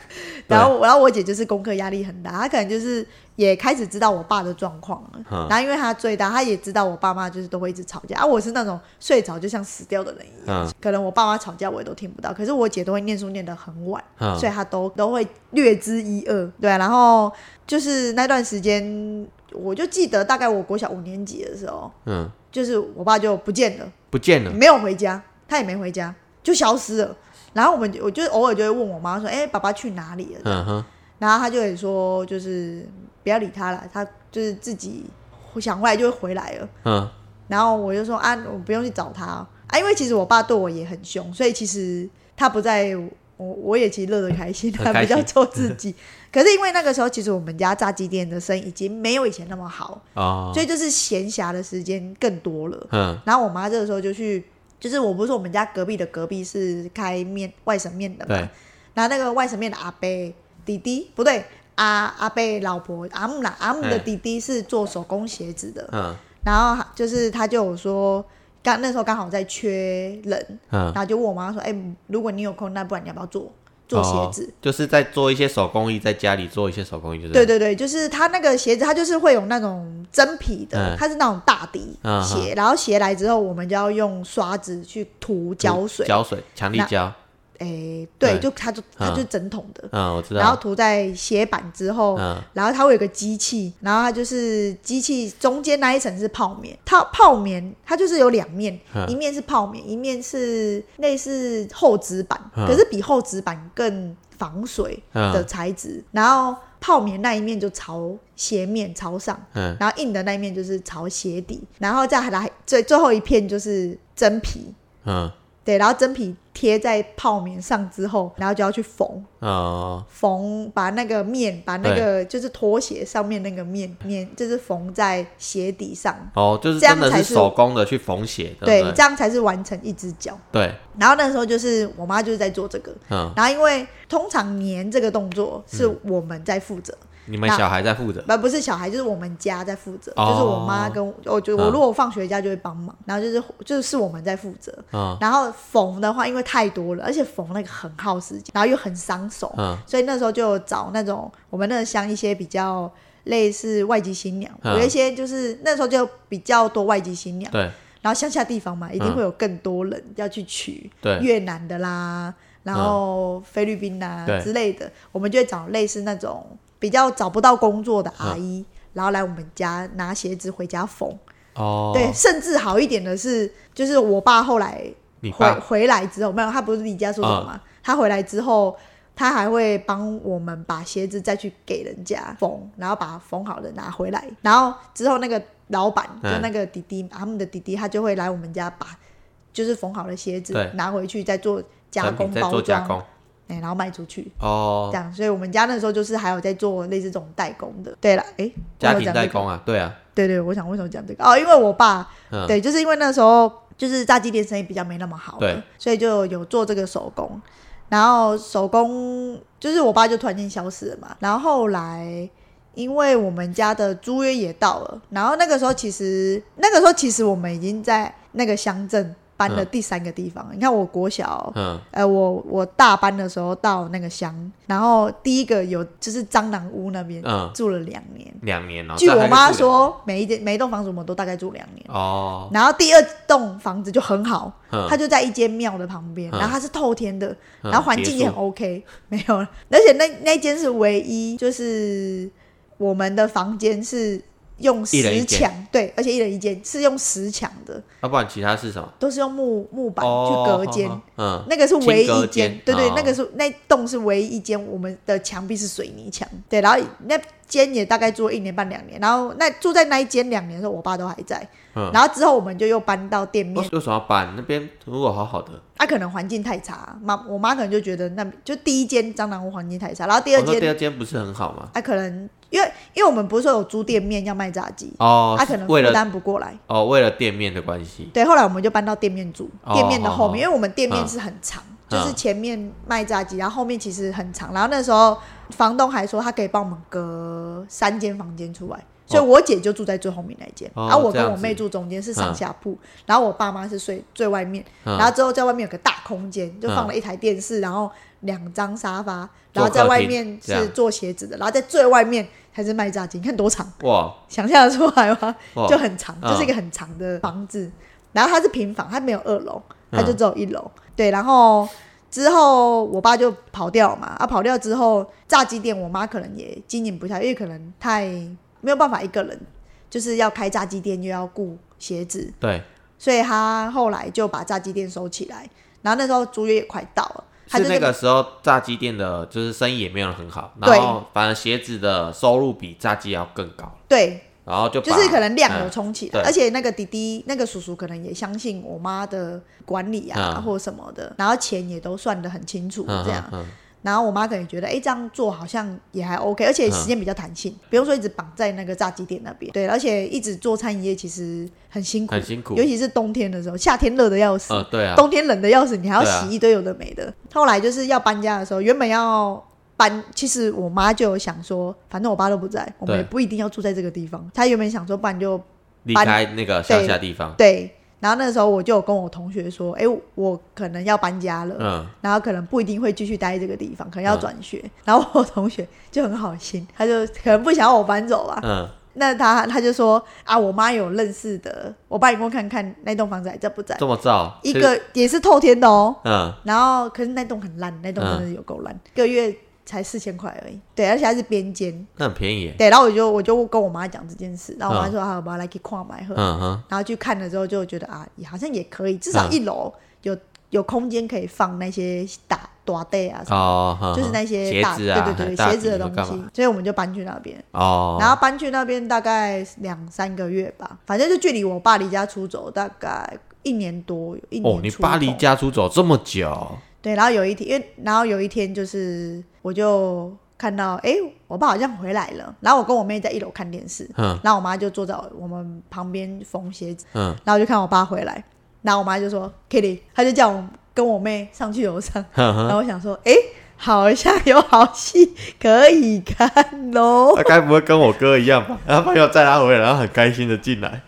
[SPEAKER 3] 然后，然后我姐就是功课压力很大，她可能就是也开始知道我爸的状况了。
[SPEAKER 2] 嗯
[SPEAKER 3] 然后，因为她最大，她也知道我爸妈就是都会一直吵架啊。我是那种睡着就像死掉的人一样，
[SPEAKER 2] 嗯
[SPEAKER 3] 可能我爸妈吵架我也都听不到，可是我姐都会念书念得很晚，
[SPEAKER 2] 嗯
[SPEAKER 3] 所以她都都会略知一二。对啊、然后就是那段时间，我就记得大概我国小五年级的时候，
[SPEAKER 2] 嗯，
[SPEAKER 3] 就是我爸就不见了。
[SPEAKER 2] 不见了，
[SPEAKER 3] 没有回家，他也没回家，就消失了。然后我们就我就偶尔就会问我妈说：“哎、爸爸去哪里了
[SPEAKER 2] 嗯哼，？”
[SPEAKER 3] 然后她就会说：“就是不要理他了，他就是自己想回来就会回来了。
[SPEAKER 2] 嗯，”
[SPEAKER 3] 然后我就说啊，我不用去找他啊，因为其实我爸对我也很凶，所以其实他不在我，我也其实乐得开心，
[SPEAKER 2] 很
[SPEAKER 3] 他
[SPEAKER 2] 开
[SPEAKER 3] 比
[SPEAKER 2] 心
[SPEAKER 3] 较做自己。 可是因为那个时候，其实我们家炸鸡店的生意已经没有以前那么好，
[SPEAKER 2] 哦
[SPEAKER 3] 所，以就是闲暇的时间更多了。
[SPEAKER 2] 嗯
[SPEAKER 3] 然后我妈这个时候就去，就是我不是说我们家隔壁的隔壁是开面外省面的
[SPEAKER 2] 对，
[SPEAKER 3] 嘛，然后那个外省面的阿伯弟弟不对，阿阿伯老婆阿姆啦，阿姆的
[SPEAKER 2] 哎
[SPEAKER 3] 弟弟是做手工鞋子的，
[SPEAKER 2] 嗯
[SPEAKER 3] 然后就是他就有说，刚那时候刚好在缺人，
[SPEAKER 2] 嗯
[SPEAKER 3] 然，后就问我妈说，哎、如果你有空，那不然你要不要做做鞋子？
[SPEAKER 2] 哦就是在做一些手工艺，在家里做一些手工艺，就是
[SPEAKER 3] 对对对，就是它那个鞋子，它就是会有那种真皮的，
[SPEAKER 2] 嗯
[SPEAKER 3] 它是那种大底
[SPEAKER 2] 嗯
[SPEAKER 3] 鞋，然后鞋来之后，我们就要用刷子去涂胶水，
[SPEAKER 2] 胶水，强力
[SPEAKER 3] 那
[SPEAKER 2] 胶，
[SPEAKER 3] 诶，对，
[SPEAKER 2] 对
[SPEAKER 3] 就它就它
[SPEAKER 2] 嗯
[SPEAKER 3] 就整桶的，
[SPEAKER 2] 嗯，我知
[SPEAKER 3] 然后
[SPEAKER 2] 道，
[SPEAKER 3] 涂在鞋板之后，
[SPEAKER 2] 嗯
[SPEAKER 3] 然后它会有个机器，然后它就是机器中间那一层是泡棉，它泡棉它就是有两面，
[SPEAKER 2] 嗯
[SPEAKER 3] 一面是泡棉，一面是类似厚纸板，
[SPEAKER 2] 嗯
[SPEAKER 3] 可是比厚纸板更防水的材质，然后泡棉那一面就朝鞋面朝上，
[SPEAKER 2] 嗯
[SPEAKER 3] 然后硬的那一面就是朝鞋底，然后再来最最后一片就是真皮，
[SPEAKER 2] 嗯
[SPEAKER 3] 对，然后真皮贴在泡棉上之后，然后就要去缝。
[SPEAKER 2] 哦，
[SPEAKER 3] 缝把那个面，把那个就是拖鞋上面那个面面，就是缝在鞋底上，
[SPEAKER 2] 哦，就是
[SPEAKER 3] 这样
[SPEAKER 2] 真的
[SPEAKER 3] 才
[SPEAKER 2] 是
[SPEAKER 3] 是
[SPEAKER 2] 手工的去缝鞋，
[SPEAKER 3] 对，
[SPEAKER 2] 对不
[SPEAKER 3] 这
[SPEAKER 2] 对？
[SPEAKER 3] 样才是完成一只脚。
[SPEAKER 2] 对，
[SPEAKER 3] 然后那时候就是我妈就是在做这个，
[SPEAKER 2] 嗯，
[SPEAKER 3] 然后因为通常粘这个动作是我们在负责，
[SPEAKER 2] 你们
[SPEAKER 3] 那
[SPEAKER 2] 小孩在负责，
[SPEAKER 3] 不、不是小孩，就是我们家在负责，
[SPEAKER 2] 哦
[SPEAKER 3] 就是我妈跟我，我就我
[SPEAKER 2] 嗯
[SPEAKER 3] 如果放学家就会帮忙，然后就是就是我们在负责。
[SPEAKER 2] 嗯
[SPEAKER 3] 然后缝的话，因为太多了，而且缝那个很耗时间，然后又很伤手，
[SPEAKER 2] 嗯
[SPEAKER 3] 所以那时候就找那种我们那个乡一些比较类似外籍新娘，
[SPEAKER 2] 嗯
[SPEAKER 3] 有一些就是那时候就比较多外籍新娘，
[SPEAKER 2] 对
[SPEAKER 3] 然后乡下地方嘛，一定会有更多人要去娶
[SPEAKER 2] 嗯对，
[SPEAKER 3] 越南的啦，然后菲律宾啦、
[SPEAKER 2] 嗯对
[SPEAKER 3] 之类的，我们就会找类似那种比较找不到工作的阿姨，然后来我们家拿鞋子回家缝，
[SPEAKER 2] 嗯哦，
[SPEAKER 3] 对，甚至好一点的是，就是我爸后来
[SPEAKER 2] 你
[SPEAKER 3] 回
[SPEAKER 2] 爸嗯
[SPEAKER 3] 回来之后，没有，他不是离家出走嘛，他回来之后，他还会帮我们把鞋子再去给人家缝，然后把它缝好的拿回来，然后之后那个老板就
[SPEAKER 2] 嗯
[SPEAKER 3] 那个弟弟、他们的弟弟，他就会来我们家把就是缝好的鞋子
[SPEAKER 2] 对
[SPEAKER 3] 拿回去再做加
[SPEAKER 2] 产
[SPEAKER 3] 工
[SPEAKER 2] 品在
[SPEAKER 3] 包
[SPEAKER 2] 做加
[SPEAKER 3] 装，
[SPEAKER 2] 工，
[SPEAKER 3] 哎、然后卖出去。
[SPEAKER 2] 哦
[SPEAKER 3] 这，样，所以我们家那时候就是还有在做类似这种代工的。对了，哎、
[SPEAKER 2] 家
[SPEAKER 3] 我有
[SPEAKER 2] 庭
[SPEAKER 3] 讲这
[SPEAKER 2] 代
[SPEAKER 3] 个
[SPEAKER 2] 工啊，对啊，
[SPEAKER 3] 对对，我想为什么讲这个哦，因为我爸、
[SPEAKER 2] 嗯
[SPEAKER 3] 对，就是因为那时候就是炸鸡店生意比较没那么好了，
[SPEAKER 2] 对
[SPEAKER 3] 所以就有做这个手工。然后手工就是我爸就突然间消失了嘛，然后后来因为我们家的租约也到了，然后那个时候其实那个时候其实我们已经在那个乡镇搬了
[SPEAKER 2] 嗯
[SPEAKER 3] 第三个地方，你看我国小。
[SPEAKER 2] 嗯，
[SPEAKER 3] 呃，我我大班的时候到那个乡，然后第一个有就是蟑螂屋那边、
[SPEAKER 2] 嗯
[SPEAKER 3] 住了两年，
[SPEAKER 2] 两年哦，
[SPEAKER 3] 据
[SPEAKER 2] 这还
[SPEAKER 3] 我
[SPEAKER 2] 是
[SPEAKER 3] 妈
[SPEAKER 2] 住两，
[SPEAKER 3] 说，每一间每一栋房子我们都大概住两年。
[SPEAKER 2] 哦，
[SPEAKER 3] 然后第二栋房子就很好，
[SPEAKER 2] 嗯
[SPEAKER 3] 它就在一间庙的旁边，
[SPEAKER 2] 嗯
[SPEAKER 3] 然后它是透天的，
[SPEAKER 2] 嗯
[SPEAKER 3] 然后环境也很 OK，没 有了。而且那那间是唯一，就是我们的房间是用
[SPEAKER 2] 一人一
[SPEAKER 3] 石
[SPEAKER 2] 间
[SPEAKER 3] 墙，对，而且一人一间是用石墙的，
[SPEAKER 2] 要啊不然其他是什么？
[SPEAKER 3] 都是用木木板
[SPEAKER 2] 哦，
[SPEAKER 3] 去隔间。
[SPEAKER 2] 嗯，
[SPEAKER 3] 那个是唯
[SPEAKER 2] 轻
[SPEAKER 3] 一
[SPEAKER 2] 隔
[SPEAKER 3] 间
[SPEAKER 2] 间，
[SPEAKER 3] 对对，
[SPEAKER 2] 哦
[SPEAKER 3] 那个是那栋是唯一一间，我们的墙壁是水泥墙，对，然后那间也大概住了一年半两年，然后那住在那一间两年的时候，我爸都还在，
[SPEAKER 2] 嗯哦
[SPEAKER 3] 然后之后我们就又搬到店面
[SPEAKER 2] 为，为什么要搬？那边如果好好的，
[SPEAKER 3] 他、可能环境太差，妈我妈可能就觉得那就第一间蟑螂屋环境太差，然后第
[SPEAKER 2] 我
[SPEAKER 3] 二
[SPEAKER 2] 说哦第
[SPEAKER 3] 间
[SPEAKER 2] 二间不是很好吗？
[SPEAKER 3] 他、可能因为因为我们不是说有租店面要卖炸鸡，
[SPEAKER 2] 哦
[SPEAKER 3] 他、，可能
[SPEAKER 2] 为
[SPEAKER 3] 负
[SPEAKER 2] 了
[SPEAKER 3] 担不过来。
[SPEAKER 2] 哦，为了店面的关系，
[SPEAKER 3] 对，后来我们就搬到店面住，
[SPEAKER 2] 哦
[SPEAKER 3] 店面的后
[SPEAKER 2] 好
[SPEAKER 3] 面，
[SPEAKER 2] 好
[SPEAKER 3] 因为我们店面是很长，
[SPEAKER 2] 嗯
[SPEAKER 3] 就是前面卖炸鸡，然后后面其实很长。然后那时候房东还说他可以帮我们隔三间房间出来，所以我姐就住在最后面那一间，
[SPEAKER 2] 哦
[SPEAKER 3] 然后我
[SPEAKER 2] 这
[SPEAKER 3] 跟
[SPEAKER 2] 样
[SPEAKER 3] 我
[SPEAKER 2] 子
[SPEAKER 3] 妹住中间是上下铺，然后我爸妈是睡最外面，
[SPEAKER 2] 嗯
[SPEAKER 3] 然后之后在外面有个大空间，就放了一台电视，然后两张沙发，然后在外面
[SPEAKER 2] 做客厅这
[SPEAKER 3] 是
[SPEAKER 2] 样
[SPEAKER 3] 做鞋子的，然后在最外面才是卖炸鸡，你看多长。
[SPEAKER 2] 哇
[SPEAKER 3] 想象得出来吗？
[SPEAKER 2] 哇
[SPEAKER 3] 就很长，
[SPEAKER 2] 嗯
[SPEAKER 3] 就是一个很长的房子。然后它是平房，它没有二楼，它
[SPEAKER 2] 嗯
[SPEAKER 3] 就只有一楼。对，然后之后我爸就跑掉嘛，啊，跑掉之后炸鸡店，我妈可能也经营不下，因为可能太没有办法一个人，就是要开炸鸡店又要顾鞋子，
[SPEAKER 2] 对，
[SPEAKER 3] 所以她后来就把炸鸡店收起来。然后那时候租约也快到了，她
[SPEAKER 2] 是
[SPEAKER 3] 就是
[SPEAKER 2] 那个时候炸鸡店的，就是生意也没有很好，
[SPEAKER 3] 对
[SPEAKER 2] 然后反而鞋子的收入比炸鸡要更高。
[SPEAKER 3] 对，
[SPEAKER 2] 然后就把
[SPEAKER 3] 就是可能量有冲起来，
[SPEAKER 2] 嗯对
[SPEAKER 3] 而且那个弟弟、那个叔叔可能也相信我妈的管理啊，
[SPEAKER 2] 嗯
[SPEAKER 3] 或什么的，然后钱也都算得很清楚，
[SPEAKER 2] 嗯
[SPEAKER 3] 这样。
[SPEAKER 2] 嗯
[SPEAKER 3] 然后我妈可能觉得，哎、这样做好像也还 OK，而且时间比较弹性，不用说一直绑在那个炸鸡店那边。对，而且一直做餐饮业其实很辛苦，
[SPEAKER 2] 很辛苦
[SPEAKER 3] 嗯尤其是冬天的时候，夏天热的要死，
[SPEAKER 2] 嗯呃，对啊，
[SPEAKER 3] 冬天冷的要死，你还要
[SPEAKER 2] 对啊
[SPEAKER 3] 洗一堆有的没的。后来就是要搬家的时候，原本要搬，其实我妈就有想说，反正我爸都不在，我们
[SPEAKER 2] 对
[SPEAKER 3] 也不一定要住在这个地方。她原本想说，不然就
[SPEAKER 2] 离
[SPEAKER 3] 搬
[SPEAKER 2] 开那个乡下地方，
[SPEAKER 3] 对。然后那时候我就有跟我同学说，哎、我可能要搬家了，
[SPEAKER 2] 嗯，
[SPEAKER 3] 然后可能不一定会继续待在这个地方，可能要
[SPEAKER 2] 嗯
[SPEAKER 3] 转学。然后我同学就很好心，他就可能不想要我搬走吧，
[SPEAKER 2] 嗯，
[SPEAKER 3] 那他他就说啊，我妈有认识的，我帮你过看看那栋房子还在不在。
[SPEAKER 2] 这么造
[SPEAKER 3] 一，个也是透天的哦，
[SPEAKER 2] 嗯，
[SPEAKER 3] 然后可是那栋很烂，那栋真的有够烂，一个月才四千块而已。对，而且还是边间。
[SPEAKER 2] 那很便宜耶，
[SPEAKER 3] 对，然后我就我就跟我妈讲这件事，然后我妈
[SPEAKER 2] 嗯
[SPEAKER 3] 说啊，我妈来去看买喝。
[SPEAKER 2] 嗯哼，
[SPEAKER 3] 然后去看了之后就觉得啊，也好像也可以，至少
[SPEAKER 2] 嗯
[SPEAKER 3] 一楼有、有空间可以放那些打打袋啊什么。
[SPEAKER 2] 哦，哼
[SPEAKER 3] 就是
[SPEAKER 2] 哼
[SPEAKER 3] 那些
[SPEAKER 2] 鞋
[SPEAKER 3] 大
[SPEAKER 2] 子啊，
[SPEAKER 3] 对对对，
[SPEAKER 2] 大
[SPEAKER 3] 鞋子的
[SPEAKER 2] 底
[SPEAKER 3] 东
[SPEAKER 2] 干
[SPEAKER 3] 西
[SPEAKER 2] 嘛，
[SPEAKER 3] 所以我们就搬去那边，
[SPEAKER 2] 哦，
[SPEAKER 3] 然后搬去那边大概两三个月吧，反正就距离我爸离家出走大概一年多，有一年
[SPEAKER 2] 哦，你
[SPEAKER 3] 出
[SPEAKER 2] 巴
[SPEAKER 3] 头
[SPEAKER 2] 黎家出走这么久，
[SPEAKER 3] 对，然后有一天，因为然后有一天就是我就看到，哎、我爸好像回来了，然后我跟我妹在一楼看电视，
[SPEAKER 2] 嗯
[SPEAKER 3] 然后我妈就坐在我们旁边缝鞋子，
[SPEAKER 2] 嗯，
[SPEAKER 3] 然后我就看我爸回来，然后我妈就说 Kitty，她就叫我跟我妹上去楼上，
[SPEAKER 2] 哼
[SPEAKER 3] 然
[SPEAKER 2] 哼，
[SPEAKER 3] 后我想说，哎、好像有好戏可以看喽！
[SPEAKER 2] 他该不会跟我哥一样吧？然后朋友载他回来，然后很开心的进来，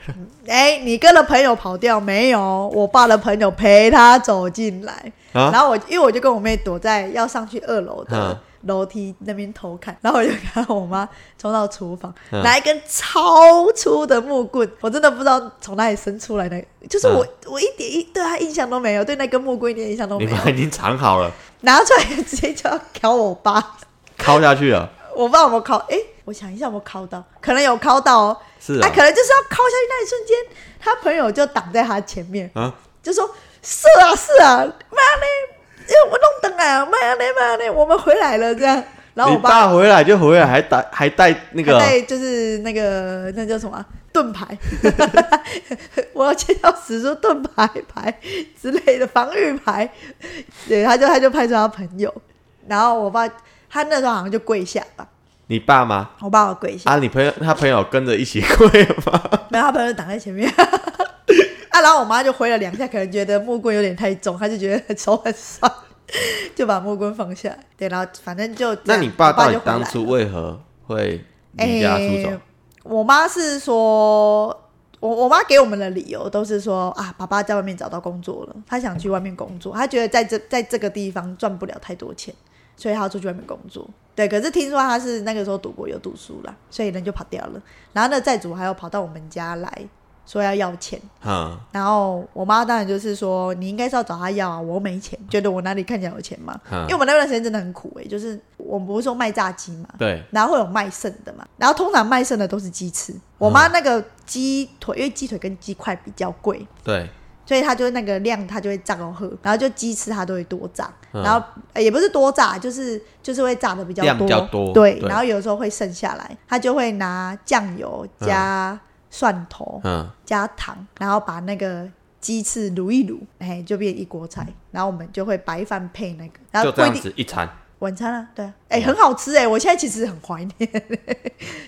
[SPEAKER 3] 哎、你哥的朋友跑掉没有？我爸的朋友陪他走进来，
[SPEAKER 2] 啊
[SPEAKER 3] 然后我因为我就跟我妹躲在要上去二楼的
[SPEAKER 2] 嗯
[SPEAKER 3] 楼梯那边偷看，然后我就看我妈冲到厨房、
[SPEAKER 2] 嗯
[SPEAKER 3] 拿一根超粗的木棍，我真的不知道从哪里伸出来的，就是
[SPEAKER 2] 啊
[SPEAKER 3] 我、我一点一对他印象都没有，对那根木棍一点印象都
[SPEAKER 2] 你
[SPEAKER 3] 没有，
[SPEAKER 2] 们已经藏好了，
[SPEAKER 3] 拿出来直接就要敲我爸，
[SPEAKER 2] 敲下去了，
[SPEAKER 3] 我不知道有没有敲，哎、我想一下有没有敲到，可能有敲到哦。
[SPEAKER 2] 是
[SPEAKER 3] 他、
[SPEAKER 2] 啊
[SPEAKER 3] 可，能就是要靠下去那一瞬间，他朋友就挡在他前面，
[SPEAKER 2] 啊，
[SPEAKER 3] 就说：“是啊，是啊，妈嘞，因为我弄灯啊，妈嘞，妈嘞，我们回来了。”这样，然后
[SPEAKER 2] 你
[SPEAKER 3] 我爸
[SPEAKER 2] 爸回来就回来，还带还带那个
[SPEAKER 3] 他在就是那个那叫什么啊盾牌， 我要介绍使出盾牌牌之类的防御牌，对，他就他就派出他朋友，然后我爸他那时候好像就跪下吧，
[SPEAKER 2] 你爸吗？
[SPEAKER 3] 我爸我跪下，
[SPEAKER 2] 啊，你朋友他朋友跟着一起跪 吗？
[SPEAKER 3] 没有，他朋友挡在前面。 啊，然后我妈就挥了两下，可能觉得木棍有点太重，她就觉得手很酸，就把木棍放下来。对，然后反正就这
[SPEAKER 2] 那
[SPEAKER 3] 样
[SPEAKER 2] 你爸
[SPEAKER 3] 我
[SPEAKER 2] 到底
[SPEAKER 3] 就回来
[SPEAKER 2] 当初为何会离家出走
[SPEAKER 3] 诶？哎我妈是说，我我妈给我们的理由都是说啊，爸爸在外面找到工作了，他想去外面工作，他觉得在这在这个地方赚不了太多钱，所以他要出去外面工作。对，可是听说他是那个时候赌博有赌输了，所以人就跑掉了。然后那债主还要跑到我们家来说要要钱，
[SPEAKER 2] 嗯，
[SPEAKER 3] 然后我妈当然就是说，你应该是要找他要啊，我没钱，觉得我哪里看起来有钱嘛？
[SPEAKER 2] 嗯
[SPEAKER 3] 因为我们那段时间真的很苦哎、就是我们不是说卖炸鸡嘛，
[SPEAKER 2] 对，
[SPEAKER 3] 然后会有卖剩的嘛，然后通常卖剩的都是鸡翅。
[SPEAKER 2] 嗯
[SPEAKER 3] 我妈那个鸡腿，因为鸡腿跟鸡块比较贵，
[SPEAKER 2] 对，
[SPEAKER 3] 所以她就那个量她就会炸到喝，然后就鸡翅她都会多炸，
[SPEAKER 2] 嗯
[SPEAKER 3] 然后、呃也不是多炸，就是就是会炸的比较
[SPEAKER 2] 量
[SPEAKER 3] 多，
[SPEAKER 2] 比较多
[SPEAKER 3] 对，
[SPEAKER 2] 对
[SPEAKER 3] 然后有时候会剩下来，她就会拿酱油加蒜头、
[SPEAKER 2] 嗯，
[SPEAKER 3] 加糖，然后把那个。鸡翅卤一卤，哎，就变一锅菜。然后我们就会白饭配那个，然后
[SPEAKER 2] 就
[SPEAKER 3] 不
[SPEAKER 2] 这
[SPEAKER 3] 一
[SPEAKER 2] 样
[SPEAKER 3] 定
[SPEAKER 2] 子一餐，
[SPEAKER 3] 晚餐啊，对啊，哎、很好吃哎、我现在其实很怀念，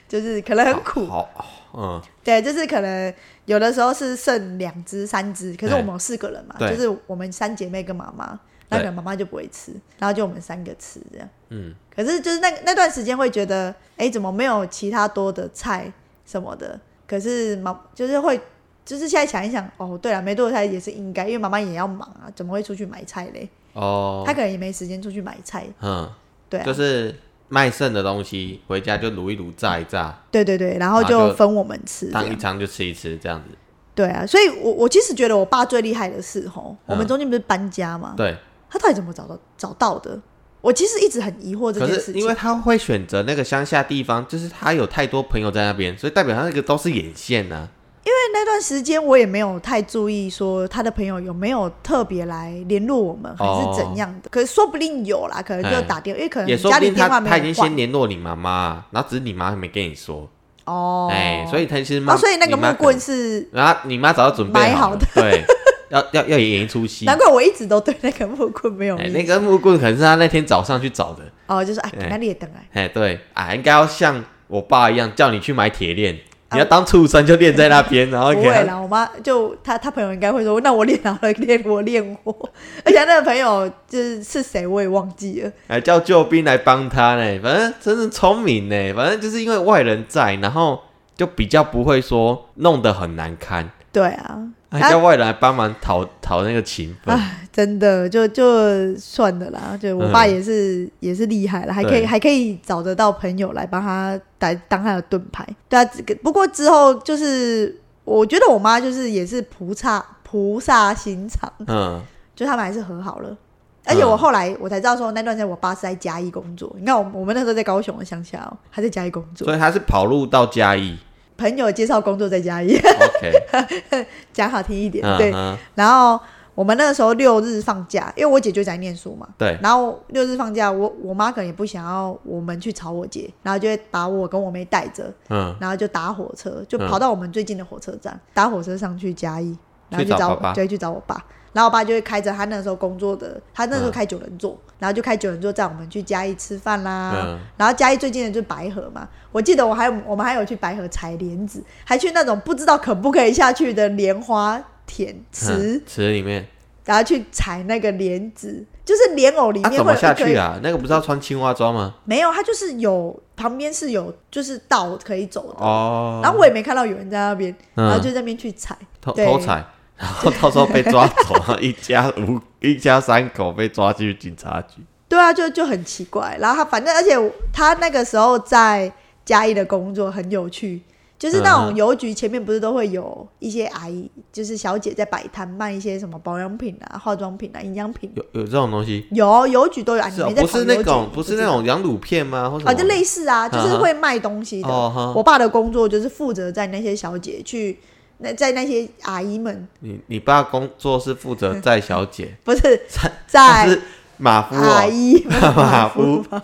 [SPEAKER 3] 就是可能很苦，
[SPEAKER 2] 好，嗯，
[SPEAKER 3] 对，就是可能有的时候是剩两只、三只，可是我们有四个人嘛，
[SPEAKER 2] 对
[SPEAKER 3] 就是我们三姐妹跟妈妈，那可能妈妈就不会吃，然后就我们三个吃这样，
[SPEAKER 2] 嗯，
[SPEAKER 3] 可是就是那那段时间会觉得，哎、怎么没有其他多的菜什么的？可是妈就是会。就是现在想一想，哦，对了，没多的菜也是应该，因为妈妈也要忙啊，怎么会出去买菜嘞？
[SPEAKER 2] 哦
[SPEAKER 3] 她，可能也没时间出去买菜，
[SPEAKER 2] 嗯，
[SPEAKER 3] 对啊，
[SPEAKER 2] 就是卖剩的东西回家就卤一卤，炸一炸，
[SPEAKER 3] 对对对，然后
[SPEAKER 2] 然后
[SPEAKER 3] 就
[SPEAKER 2] 就
[SPEAKER 3] 分我们吃这
[SPEAKER 2] 当一
[SPEAKER 3] 样。
[SPEAKER 2] 餐就吃一吃这样子。
[SPEAKER 3] 对啊，所以我我其实觉得我爸最厉害的是吼，我们中间不是搬家嘛，
[SPEAKER 2] 嗯对，
[SPEAKER 3] 他到底怎么找到找到的？我其实一直很疑惑这
[SPEAKER 2] 可
[SPEAKER 3] 件事
[SPEAKER 2] 是
[SPEAKER 3] 情
[SPEAKER 2] 因为。他会选择那个乡下地方，就是他有太多朋友在那边，所以代表他那个都是眼线啊呐、
[SPEAKER 3] 因为那段时间我也没有太注意说他的朋友有没有特别来联络我们，还
[SPEAKER 2] 哦
[SPEAKER 3] 是怎样的。可是说不定有啦，可能就
[SPEAKER 2] 哎
[SPEAKER 3] 打电话，因为可能
[SPEAKER 2] 也说
[SPEAKER 3] 家
[SPEAKER 2] 不
[SPEAKER 3] 里
[SPEAKER 2] 定
[SPEAKER 3] 电话
[SPEAKER 2] 他
[SPEAKER 3] 没
[SPEAKER 2] 他已经
[SPEAKER 3] 有换
[SPEAKER 2] 先。联络你妈妈，然后只是你妈还没跟你说。
[SPEAKER 3] 哦，
[SPEAKER 2] 哎、所以他其实妈
[SPEAKER 3] 哦，所以那个
[SPEAKER 2] 你妈
[SPEAKER 3] 木棍
[SPEAKER 2] 可
[SPEAKER 3] 是，
[SPEAKER 2] 能，然后你妈早就准备
[SPEAKER 3] 买好
[SPEAKER 2] 了
[SPEAKER 3] 的，
[SPEAKER 2] 对，要要要演一出戏。
[SPEAKER 3] 难怪我一直都对那个木棍没有
[SPEAKER 2] 哎、
[SPEAKER 3] 印
[SPEAKER 2] 那
[SPEAKER 3] 象。
[SPEAKER 2] 根木棍可能是他那天早上去找的，
[SPEAKER 3] 哦，就是哎，
[SPEAKER 2] 哎
[SPEAKER 3] 那列等哎，
[SPEAKER 2] 哎、对啊，应该要像我爸一样叫你去买铁链，你要当畜生就练在那边，然后
[SPEAKER 3] 啊不
[SPEAKER 2] 给
[SPEAKER 3] 会
[SPEAKER 2] 他
[SPEAKER 3] 啦，我妈就她她朋友应该会说，那我练好了，练我练我。而且那个朋友就是是谁我也忘记了，
[SPEAKER 2] 还叫救兵来帮他呢，反正真是聪明呢，反正就是因为外人在，然后就比较不会说弄得很难堪，
[SPEAKER 3] 对啊，
[SPEAKER 2] 还哎叫外人来帮忙讨讨那个情分，
[SPEAKER 3] 唉，真的就就算了啦，就我爸
[SPEAKER 2] 嗯
[SPEAKER 3] 也是、也是厉害了，还可以
[SPEAKER 2] 对
[SPEAKER 3] 还可以找得到朋友来帮他来当他的盾牌。对啊，这个不过之后就是我觉得我妈就是也是菩萨菩萨心肠，
[SPEAKER 2] 嗯，
[SPEAKER 3] 就他们还是和好了。而且我
[SPEAKER 2] 嗯
[SPEAKER 3] 后来我才知道说那段时间我爸是在嘉义工作，你看我我们那时候在高雄的乡下哦、他在嘉义工作，
[SPEAKER 2] 所以他是跑路到嘉 义
[SPEAKER 3] 朋友介绍工作在嘉义，
[SPEAKER 2] ，OK，
[SPEAKER 3] 讲好听一点，
[SPEAKER 2] 嗯
[SPEAKER 3] 对。
[SPEAKER 2] 嗯
[SPEAKER 3] 然后我们那个时候六日放假，因为我姐就在念书嘛，
[SPEAKER 2] 对，
[SPEAKER 3] 然后六日放假，我我妈可能也不想要我们去吵我姐，然后就会把我跟我妹带着，
[SPEAKER 2] 嗯，
[SPEAKER 3] 然后就搭火车，就
[SPEAKER 2] 嗯
[SPEAKER 3] 跑到我们最近的火车站，搭火车上去嘉义，然后
[SPEAKER 2] 去找
[SPEAKER 3] 找
[SPEAKER 2] 爸爸
[SPEAKER 3] 就会去找我爸，然后我爸就会开着他那时候工作的，他那
[SPEAKER 2] 嗯
[SPEAKER 3] 时候开九人座，然后就开九人座载我们去嘉义吃饭啦，
[SPEAKER 2] 嗯
[SPEAKER 3] 然后嘉义最近的就是白河嘛，我记得我还有我们还有去白河采莲子，还去那种不知道可不可以下去的莲花田池。
[SPEAKER 2] 嗯池里面，
[SPEAKER 3] 然后去采那个莲子，就是莲藕里
[SPEAKER 2] 他、
[SPEAKER 3] 面会
[SPEAKER 2] 怎
[SPEAKER 3] 有
[SPEAKER 2] 么
[SPEAKER 3] 一
[SPEAKER 2] 下
[SPEAKER 3] 个
[SPEAKER 2] 去啊？那个不是要穿青蛙装吗？
[SPEAKER 3] 没有，它就是有旁边是有就是道可以走的。
[SPEAKER 2] 哦，
[SPEAKER 3] 然后我也没看到有人在那边，
[SPEAKER 2] 嗯
[SPEAKER 3] 然后就在那边去采。
[SPEAKER 2] 偷
[SPEAKER 3] 对
[SPEAKER 2] 偷采，然后到时候被抓走， 然后一家五一家三口被抓去警察局，
[SPEAKER 3] 对啊，就就很奇怪。然后他反正，而且他那个时候在嘉义的工作很有趣，就是那
[SPEAKER 2] 嗯
[SPEAKER 3] 种
[SPEAKER 2] 哼
[SPEAKER 3] 邮局前面不是都会有一些阿姨，就是小姐在摆摊卖一些什么保养品啊、化妆品啊、营养品。
[SPEAKER 2] 有有这种东西。
[SPEAKER 3] 有邮局都有，啊、你
[SPEAKER 2] 是、哦
[SPEAKER 3] 没，在
[SPEAKER 2] 不
[SPEAKER 3] 跑
[SPEAKER 2] 是那
[SPEAKER 3] 邮局
[SPEAKER 2] 种，
[SPEAKER 3] 你
[SPEAKER 2] 不是
[SPEAKER 3] 知
[SPEAKER 2] 那
[SPEAKER 3] 道
[SPEAKER 2] 种羊乳片吗？或什么？
[SPEAKER 3] 啊，就类似啊，就是会卖东西的。
[SPEAKER 2] 哦哈
[SPEAKER 3] 我爸的工作就是负责在那些小姐去，那在那些阿姨们，
[SPEAKER 2] 你你爸工作是负责
[SPEAKER 3] 嗯
[SPEAKER 2] 载小
[SPEAKER 3] ，
[SPEAKER 2] 姐
[SPEAKER 3] 不是
[SPEAKER 2] 在
[SPEAKER 3] 在
[SPEAKER 2] 是马夫
[SPEAKER 3] 哎阿
[SPEAKER 2] 哦，
[SPEAKER 3] 姨们
[SPEAKER 2] 马夫
[SPEAKER 3] 夫 吧，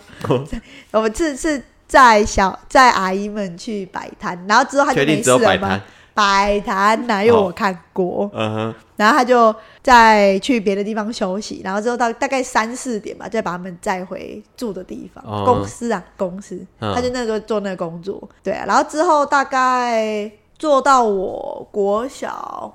[SPEAKER 3] 我们是是在小在阿姨们去摆摊，然后之后他就
[SPEAKER 2] 确
[SPEAKER 3] 没
[SPEAKER 2] 定只
[SPEAKER 3] 事
[SPEAKER 2] 有
[SPEAKER 3] 了
[SPEAKER 2] 摆
[SPEAKER 3] 吗
[SPEAKER 2] 摊？？
[SPEAKER 3] 摆摊哪有
[SPEAKER 2] 哦
[SPEAKER 3] 我看过？
[SPEAKER 2] 嗯哼，
[SPEAKER 3] 然后他就再去别的地方休息，然后之后到大概三四点吧，再把他们载回住的地方，
[SPEAKER 2] 哦
[SPEAKER 3] 公司啊，公司。
[SPEAKER 2] 嗯
[SPEAKER 3] 他就那时候做那个工作，对啊。然后之后大概做到我国小，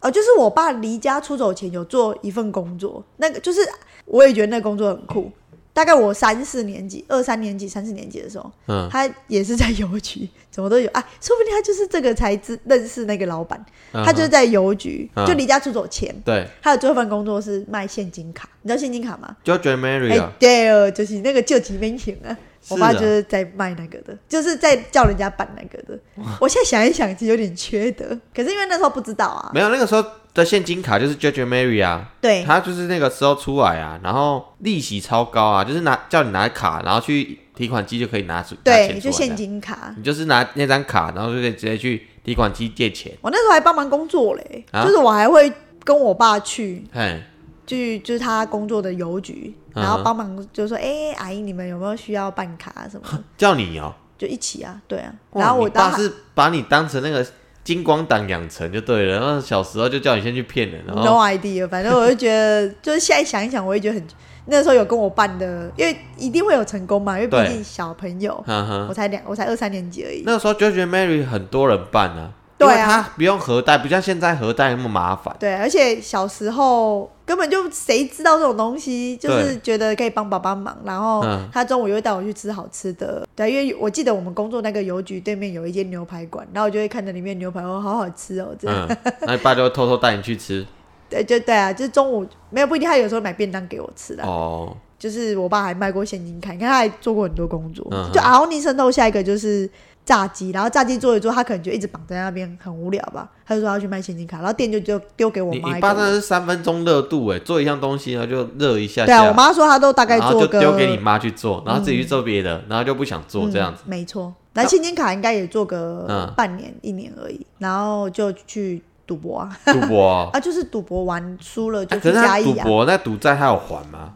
[SPEAKER 3] 呃，就是我爸离家出走前有做一份工作，那个就是我也觉得那个工作很酷。大概我三四年级、二三年级、三四年级的时候，
[SPEAKER 2] 嗯，
[SPEAKER 3] 他也是在邮局，怎么都有啊，说不定他就是这个才知认识那个老板。
[SPEAKER 2] 嗯
[SPEAKER 3] 他就是
[SPEAKER 2] 哼
[SPEAKER 3] 在邮局，
[SPEAKER 2] 嗯
[SPEAKER 3] 就离家出走前，
[SPEAKER 2] 对，
[SPEAKER 3] 他的最后一份工作是卖现金卡。你知道现金卡吗？
[SPEAKER 2] 就觉得 Mary 啊，
[SPEAKER 3] 对哦，就是那个救急民警啊，
[SPEAKER 2] 是
[SPEAKER 3] 我
[SPEAKER 2] 啊
[SPEAKER 3] 爸就是在卖那个的，就是在叫人家办那个的。我现在想一想，其实有点缺德，可是因为那时候不知道啊。
[SPEAKER 2] 没有那个时候的现金卡就是 Judge Mary 啊，
[SPEAKER 3] 对
[SPEAKER 2] 他就是那个时候出来啊，然后利息超高啊，就是拿叫你拿卡，然后去提款机就可以拿出拿
[SPEAKER 3] 对，
[SPEAKER 2] 钱
[SPEAKER 3] 就
[SPEAKER 2] 出来
[SPEAKER 3] 现
[SPEAKER 2] 这样，
[SPEAKER 3] 金啊卡。
[SPEAKER 2] 你就是拿那张卡，然后就可以直接去提款机借钱，
[SPEAKER 3] 我那时候还帮忙工作嘞，
[SPEAKER 2] 啊
[SPEAKER 3] 就是我还会跟我爸去
[SPEAKER 2] 嘿，
[SPEAKER 3] 去，就是他工作的邮局，
[SPEAKER 2] 嗯哼
[SPEAKER 3] 然后帮忙就说，哎、阿姨，你们有没有需要办卡什么的？
[SPEAKER 2] 叫你哦、
[SPEAKER 3] 就一起啊，对啊。
[SPEAKER 2] 哇
[SPEAKER 3] 然后我
[SPEAKER 2] 你爸
[SPEAKER 3] 当
[SPEAKER 2] 是把你当成那个金光党养成就对了，然后小时候就叫你先去骗人，然
[SPEAKER 3] no
[SPEAKER 2] 后
[SPEAKER 3] idea，反正我就觉得，就是现在想一想，我也觉得很，那时候有跟我办的，因为一定会有成功嘛，因为毕
[SPEAKER 2] 对
[SPEAKER 3] 竟小朋友，
[SPEAKER 2] 哈哈
[SPEAKER 3] 我。才两，我才二三年级而已。
[SPEAKER 2] 那个时候 George Mary 很多人办啊，
[SPEAKER 3] 对啊
[SPEAKER 2] 因为他不用核贷，不像现在核贷那么麻烦。
[SPEAKER 3] 对，而且小时候根本就谁知道这种东西，就是
[SPEAKER 2] 对
[SPEAKER 3] 觉得可以帮爸爸忙，然后
[SPEAKER 2] 嗯
[SPEAKER 3] 他中午又会带我去吃好吃的。对，因为我记得我们工作那个邮局对面有一间牛排馆，然后我就会看着里面牛排，哦，好好吃哦，这样。
[SPEAKER 2] 嗯，那你爸就会偷偷带你去 吃
[SPEAKER 3] 对，就对啊，就是中午没有不一定，他有时候买便当给我吃啦。
[SPEAKER 2] 哦，
[SPEAKER 3] 就是我爸还卖过现金卡，你看他还做过很多工作。
[SPEAKER 2] 嗯哼
[SPEAKER 3] 就阿奥尼渗透下一个就是炸鸡，然后炸鸡做一做，他可能就一直绑在那边很无聊吧，他就说要去卖现金卡，然后店就就丢给我
[SPEAKER 2] 你
[SPEAKER 3] 妈
[SPEAKER 2] 你
[SPEAKER 3] 一
[SPEAKER 2] 爸真
[SPEAKER 3] 个。
[SPEAKER 2] 的是三分钟热度哎，做一样东西然后就热一下
[SPEAKER 3] 对啊，我
[SPEAKER 2] 下，
[SPEAKER 3] 妈说她都大概
[SPEAKER 2] 然后
[SPEAKER 3] 做
[SPEAKER 2] 就
[SPEAKER 3] 个，
[SPEAKER 2] 丢给你妈去做，然后自己去做别的，然后就不想做这样子。
[SPEAKER 3] 嗯、没错。那现金卡应该也做个
[SPEAKER 2] 嗯
[SPEAKER 3] 半年、一年而已，然后就去赌博啊，
[SPEAKER 2] 赌博哦，
[SPEAKER 3] 啊，就是赌博玩输了
[SPEAKER 2] 哎
[SPEAKER 3] 就
[SPEAKER 2] 可
[SPEAKER 3] 去
[SPEAKER 2] 是
[SPEAKER 3] 嘉
[SPEAKER 2] 他赌
[SPEAKER 3] 义啊，
[SPEAKER 2] 博那赌债他有还吗？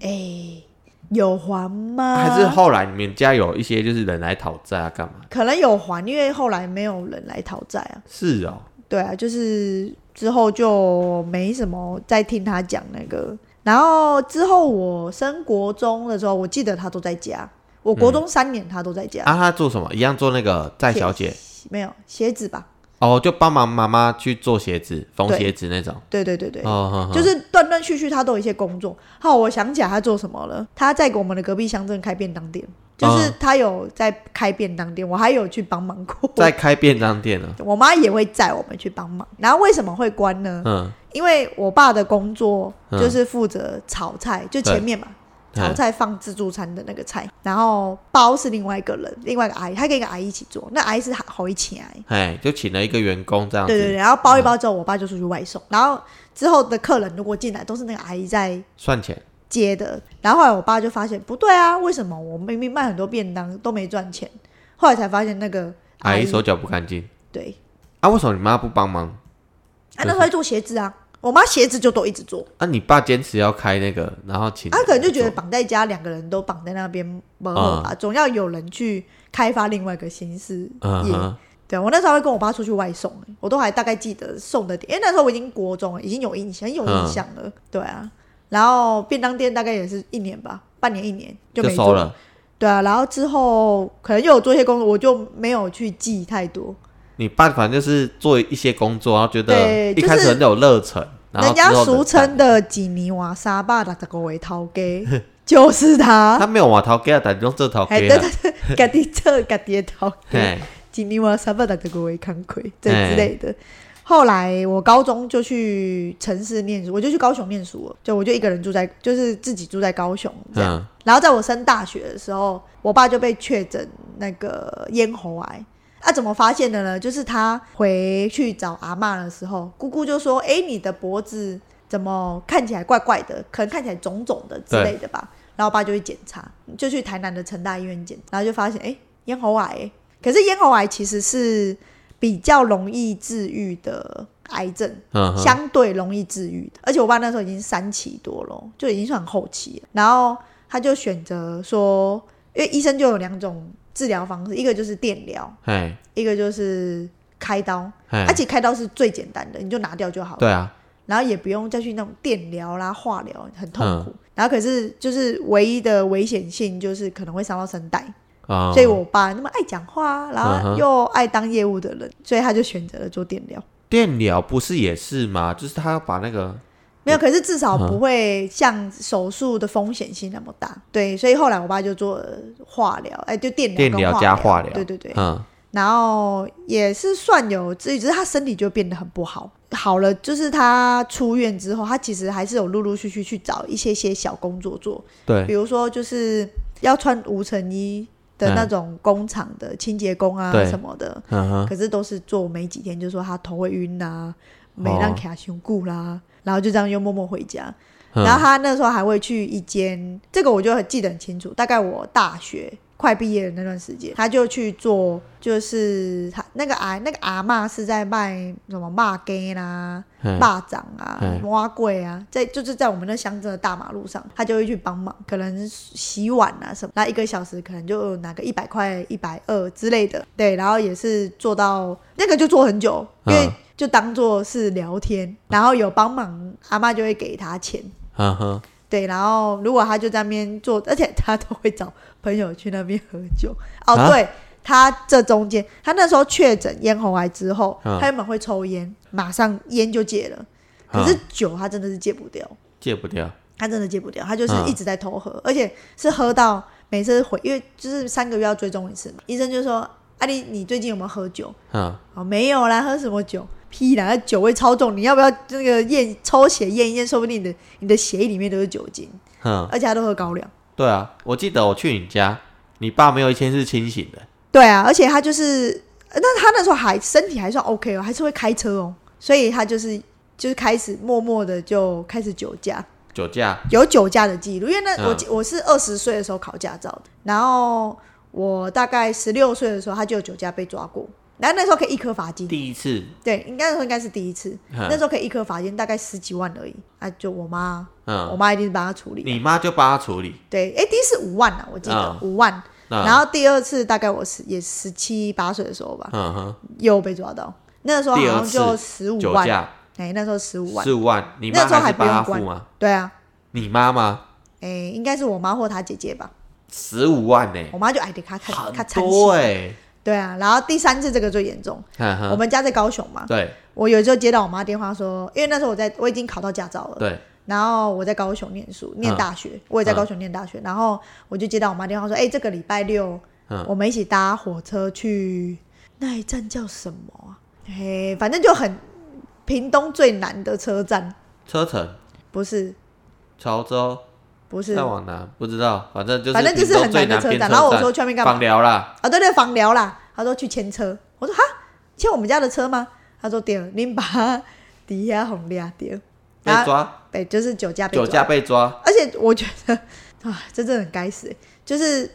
[SPEAKER 3] 哎、有还吗？
[SPEAKER 2] 还是后来你们家有一些就是人来讨债啊，干嘛？
[SPEAKER 3] 可能有还，因为后来没有人来讨债啊。
[SPEAKER 2] 是哦，
[SPEAKER 3] 对啊，就是之后就没什么再听他讲那个。然后之后我升国中的时候，我记得他都在家。我国中三年他都在家，
[SPEAKER 2] 嗯啊，他做什么？一样做那个寨小姐
[SPEAKER 3] 没有鞋子吧？
[SPEAKER 2] 哦，就帮忙妈妈去做鞋子、缝
[SPEAKER 3] 对
[SPEAKER 2] 鞋子那种。
[SPEAKER 3] 对对对对，
[SPEAKER 2] 哦，
[SPEAKER 3] 就是是断断续续他都有一些工作。好，我想起来他做什么了，他在我们的隔壁乡镇开便当店，就是
[SPEAKER 2] 嗯
[SPEAKER 3] 他有在开便当店，我还有去帮忙过。
[SPEAKER 2] 在开便当店了。
[SPEAKER 3] 我妈也会载我们去帮忙。然后为什么会关呢？
[SPEAKER 2] 嗯，
[SPEAKER 3] 因为我爸的工作
[SPEAKER 2] 嗯
[SPEAKER 3] 就是负责炒菜，就前面嘛，
[SPEAKER 2] 嗯
[SPEAKER 3] 炒菜放自助餐的那个菜，然后包是另外一个人，另外一个阿姨，她跟一个阿姨一起做，那阿姨是好一起阿姨。
[SPEAKER 2] 哎，就请了一个员工这样
[SPEAKER 3] 对对对，
[SPEAKER 2] 子
[SPEAKER 3] 然后包一包之后，我爸就出去外送，然后之后的客人如果进来都是那个阿姨在
[SPEAKER 2] 算钱。
[SPEAKER 3] 接的，然后后来我爸就发现不对啊，为什么我明明卖很多便当都没赚钱？后来才发现那个
[SPEAKER 2] 阿
[SPEAKER 3] 阿
[SPEAKER 2] 姨
[SPEAKER 3] 姨
[SPEAKER 2] 手脚不干净
[SPEAKER 3] 对，
[SPEAKER 2] 啊？为什么你妈不帮忙？
[SPEAKER 3] 啊那时候在做鞋子啊，我妈鞋子就都一直做，
[SPEAKER 2] 啊，你爸坚持要开那个，然后请
[SPEAKER 3] 他
[SPEAKER 2] 人
[SPEAKER 3] 啊可能就觉得
[SPEAKER 2] 做
[SPEAKER 3] 绑在家，两个人都绑在那边没
[SPEAKER 2] 啊
[SPEAKER 3] 办法，总要有人去开发另外一个新事
[SPEAKER 2] 嗯
[SPEAKER 3] 业。
[SPEAKER 2] 哼，
[SPEAKER 3] 对啊我那时候会跟我爸出去外送、欸我都还大概记得送的点，因为那时候我已经国中了，已经有印象，很有印象了。
[SPEAKER 2] 嗯
[SPEAKER 3] 对啊，然后便当店大概也是一年吧，半年一年就
[SPEAKER 2] 就
[SPEAKER 3] 没
[SPEAKER 2] 收
[SPEAKER 3] 做。
[SPEAKER 2] 了。
[SPEAKER 3] 对啊，然后之后可能又有做一些工作，我就没有去记太多。
[SPEAKER 2] 你爸反正就是做一些工作，然后觉得
[SPEAKER 3] 对
[SPEAKER 2] 一
[SPEAKER 3] 就是
[SPEAKER 2] 开始很有热忱，然后
[SPEAKER 3] 人
[SPEAKER 2] 之
[SPEAKER 3] 家
[SPEAKER 2] 后冷
[SPEAKER 3] 俗
[SPEAKER 2] 淡
[SPEAKER 3] 称的几尼瓦沙巴达达个维涛 给，就是
[SPEAKER 2] 他
[SPEAKER 3] 他，
[SPEAKER 2] 没有瓦头给啊，但用这头
[SPEAKER 3] 哎，
[SPEAKER 2] 给
[SPEAKER 3] 对
[SPEAKER 2] 啊
[SPEAKER 3] 对，对， 家己做家己的头家
[SPEAKER 2] 嘿，
[SPEAKER 3] 今年我三百打给我一看亏，这
[SPEAKER 2] 哎
[SPEAKER 3] 之类的。后来我高中就去城市念书，我就去高雄念书了，就我就一个人住在，就是自己住在高雄这样。
[SPEAKER 2] 嗯，
[SPEAKER 3] 然后在我升大学的时候，我爸就被确诊那个咽喉癌。啊，怎么发现的呢？就是他回去找阿嬷的时候，姑姑就说：“哎、你的脖子怎么看起来怪怪的？可能看起来肿肿的之类的吧。”然后我爸就去检查，就去台南的成大医院检查，然后就发现哎、诶咽喉癌、可是咽喉癌其实是比较容易治愈的癌症，
[SPEAKER 2] 嗯哼，
[SPEAKER 3] 相对容易治愈的。而且我爸那时候已经三期多了哦，就已经算很后期了。然后他就选择说，因为医生就有两种治疗方式，一个就是电疗，
[SPEAKER 2] 嘿，
[SPEAKER 3] 一个就是开刀。
[SPEAKER 2] 嘿
[SPEAKER 3] 而，且开刀是最简单的，你就拿掉就好了，
[SPEAKER 2] 哎对啊，
[SPEAKER 3] 然后也不用再去那种电疗啦、化疗，很痛苦。
[SPEAKER 2] 嗯
[SPEAKER 3] 然后可是就是唯一的危险性就是可能会伤到声带，
[SPEAKER 2] 啊，
[SPEAKER 3] 所以我爸那么爱讲话，
[SPEAKER 2] 嗯
[SPEAKER 3] 然后
[SPEAKER 2] 哼
[SPEAKER 3] 又爱当业务的人，所以他就选择了做电疗。
[SPEAKER 2] 电疗不是也是吗？就是他要把那个
[SPEAKER 3] 没有，可是至少
[SPEAKER 2] 嗯
[SPEAKER 3] 不会像手术的风险性那么大。对，所以后来我爸就做了化疗，哎、就电疗
[SPEAKER 2] 电
[SPEAKER 3] 跟
[SPEAKER 2] 疗加化疗，
[SPEAKER 3] 对对对。
[SPEAKER 2] 嗯，然
[SPEAKER 3] 然后也是算有治愈，只是他身体就变得很不好。好了，就是他出院之后，他其实还是有陆陆续续去找一些些小工作做，比
[SPEAKER 2] 对
[SPEAKER 3] 如说就是要穿无尘衣的那
[SPEAKER 2] 嗯
[SPEAKER 3] 种工厂的清洁工啊
[SPEAKER 2] 对
[SPEAKER 3] 什么的，
[SPEAKER 2] 嗯哼，
[SPEAKER 3] 可是都是做没几天，就说他头会晕啦、没
[SPEAKER 2] 哦
[SPEAKER 3] 让卡胸骨啦，然后就这样又默默回家。
[SPEAKER 2] 嗯
[SPEAKER 3] 然后他那时候还会去一间，这个我就很记得很清楚，大概我大学快毕业的那段时间，他就去做，就是他那个阿那个阿嬷是在卖什么骂鸡啦、
[SPEAKER 2] 嘿
[SPEAKER 3] 霸掌啊
[SPEAKER 2] 嗯、
[SPEAKER 3] 挖柜啊，在就是在我们那乡镇的大马路上，他就会去帮忙，可能洗碗啊什么，那一个小时可能就拿个一百块、一百二之类的，对，然后也是做到那个就做很久，因为
[SPEAKER 2] 嗯
[SPEAKER 3] 就当做是聊天，然后有帮忙，阿妈就会给他钱。
[SPEAKER 2] 嗯哼，
[SPEAKER 3] 对，然后如果他就在那边做，而且他都会找朋友去那边喝酒。哦，
[SPEAKER 2] 啊
[SPEAKER 3] 对他这中间，他那时候确诊咽喉癌之后，
[SPEAKER 2] 嗯
[SPEAKER 3] 他原本会抽烟，马上烟就戒了，可是
[SPEAKER 2] 嗯
[SPEAKER 3] 酒他真的是戒不掉，
[SPEAKER 2] 戒不掉，
[SPEAKER 3] 他真的戒不掉，他就是
[SPEAKER 2] 嗯
[SPEAKER 3] 一直在偷喝，而且是喝到每次回，因为就是三个月要追踪一次嘛，医生就说：“阿、啊、丽，你最近有没有喝酒？”
[SPEAKER 2] 嗯，
[SPEAKER 3] 哦，没有啦，喝什么酒？屁啦，那酒味超重，你要不要那个验抽血验一验？说不定你的你的血液里面都是酒精。
[SPEAKER 2] 哼，
[SPEAKER 3] 而且他都喝高粱。
[SPEAKER 2] 嗯对啊，我记得我去你家，你爸没有一天是清醒的，
[SPEAKER 3] 对啊，而且他就是，呃那他那时候还身体还算 OK 哦，还是会开车哦，所以他就是就是开始默默的就开始酒驾，
[SPEAKER 2] 酒驾，
[SPEAKER 3] 有酒驾的记录。因为那
[SPEAKER 2] 嗯
[SPEAKER 3] 我记、我是二十岁的时候考驾照的，然后我大概十六岁的时候他就有酒驾被抓过，然后那时候可以一颗罚金，
[SPEAKER 2] 第一次，
[SPEAKER 3] 对，应该说应该是第一次，
[SPEAKER 2] 嗯
[SPEAKER 3] 那时候可以一颗罚金大概十几万而已，啊，就我妈，
[SPEAKER 2] 嗯
[SPEAKER 3] 我妈一定是帮他处理，
[SPEAKER 2] 你妈就帮他处理，
[SPEAKER 3] 对，哎、第一次五万啊，我记得
[SPEAKER 2] 嗯
[SPEAKER 3] 五、万，
[SPEAKER 2] 嗯
[SPEAKER 3] 然后第二次大概我十也十七八岁的时候吧，
[SPEAKER 2] 嗯哼，
[SPEAKER 3] 又被抓到，那时候好
[SPEAKER 2] 第
[SPEAKER 3] 像
[SPEAKER 2] 二次
[SPEAKER 3] 就十五
[SPEAKER 2] 酒
[SPEAKER 3] 万，哎
[SPEAKER 2] 驾、
[SPEAKER 3] 那时候十五万，
[SPEAKER 2] 十五万，你
[SPEAKER 3] 那
[SPEAKER 2] 妈
[SPEAKER 3] 时候
[SPEAKER 2] 还是
[SPEAKER 3] 不
[SPEAKER 2] 帮他
[SPEAKER 3] 用
[SPEAKER 2] 付
[SPEAKER 3] 关
[SPEAKER 2] 吗？，
[SPEAKER 3] 对啊，
[SPEAKER 2] 你妈吗？
[SPEAKER 3] 哎、应该是我妈或她姐姐吧，
[SPEAKER 2] 十五万呢、
[SPEAKER 3] 我妈就哎，得咔咔咔
[SPEAKER 2] 很
[SPEAKER 3] 惨
[SPEAKER 2] 多哎、
[SPEAKER 3] 对啊，然后第三次这个最严重，
[SPEAKER 2] 嗯
[SPEAKER 3] 我
[SPEAKER 2] 哼，
[SPEAKER 3] 们家在高雄嘛，
[SPEAKER 2] 对
[SPEAKER 3] 我有时候接到我妈电话说，因为那时候我在我已经考到驾照了，
[SPEAKER 2] 对，嗯
[SPEAKER 3] 然后我在高雄念书，念大学，我也在高雄念大学。然后我就接到我妈电话说：“哎、这个礼拜六，
[SPEAKER 2] 嗯
[SPEAKER 3] 我们一起搭火车去那一站叫什么啊？嘿，反正就很屏东最南的车站，
[SPEAKER 2] 车程、
[SPEAKER 3] 不是，
[SPEAKER 2] 潮州，
[SPEAKER 3] 不是
[SPEAKER 2] 再往南不知道，反正就是
[SPEAKER 3] 反正就是
[SPEAKER 2] 屏东
[SPEAKER 3] 很
[SPEAKER 2] 最
[SPEAKER 3] 难的
[SPEAKER 2] 南
[SPEAKER 3] 车
[SPEAKER 2] 边站。
[SPEAKER 3] 站然后我说去那边干嘛
[SPEAKER 2] 访寮啦，
[SPEAKER 3] 啊，对对，访寮啦。他说去牵车，我说哈，牵我们家的车吗？他说对，啊您把底下红啊俩丢，
[SPEAKER 2] 被
[SPEAKER 3] 然后
[SPEAKER 2] 抓，
[SPEAKER 3] 被啊就是酒驾被
[SPEAKER 2] 酒
[SPEAKER 3] 抓
[SPEAKER 2] 驾被抓，
[SPEAKER 3] 而且我觉得啊，这真的很该死，就是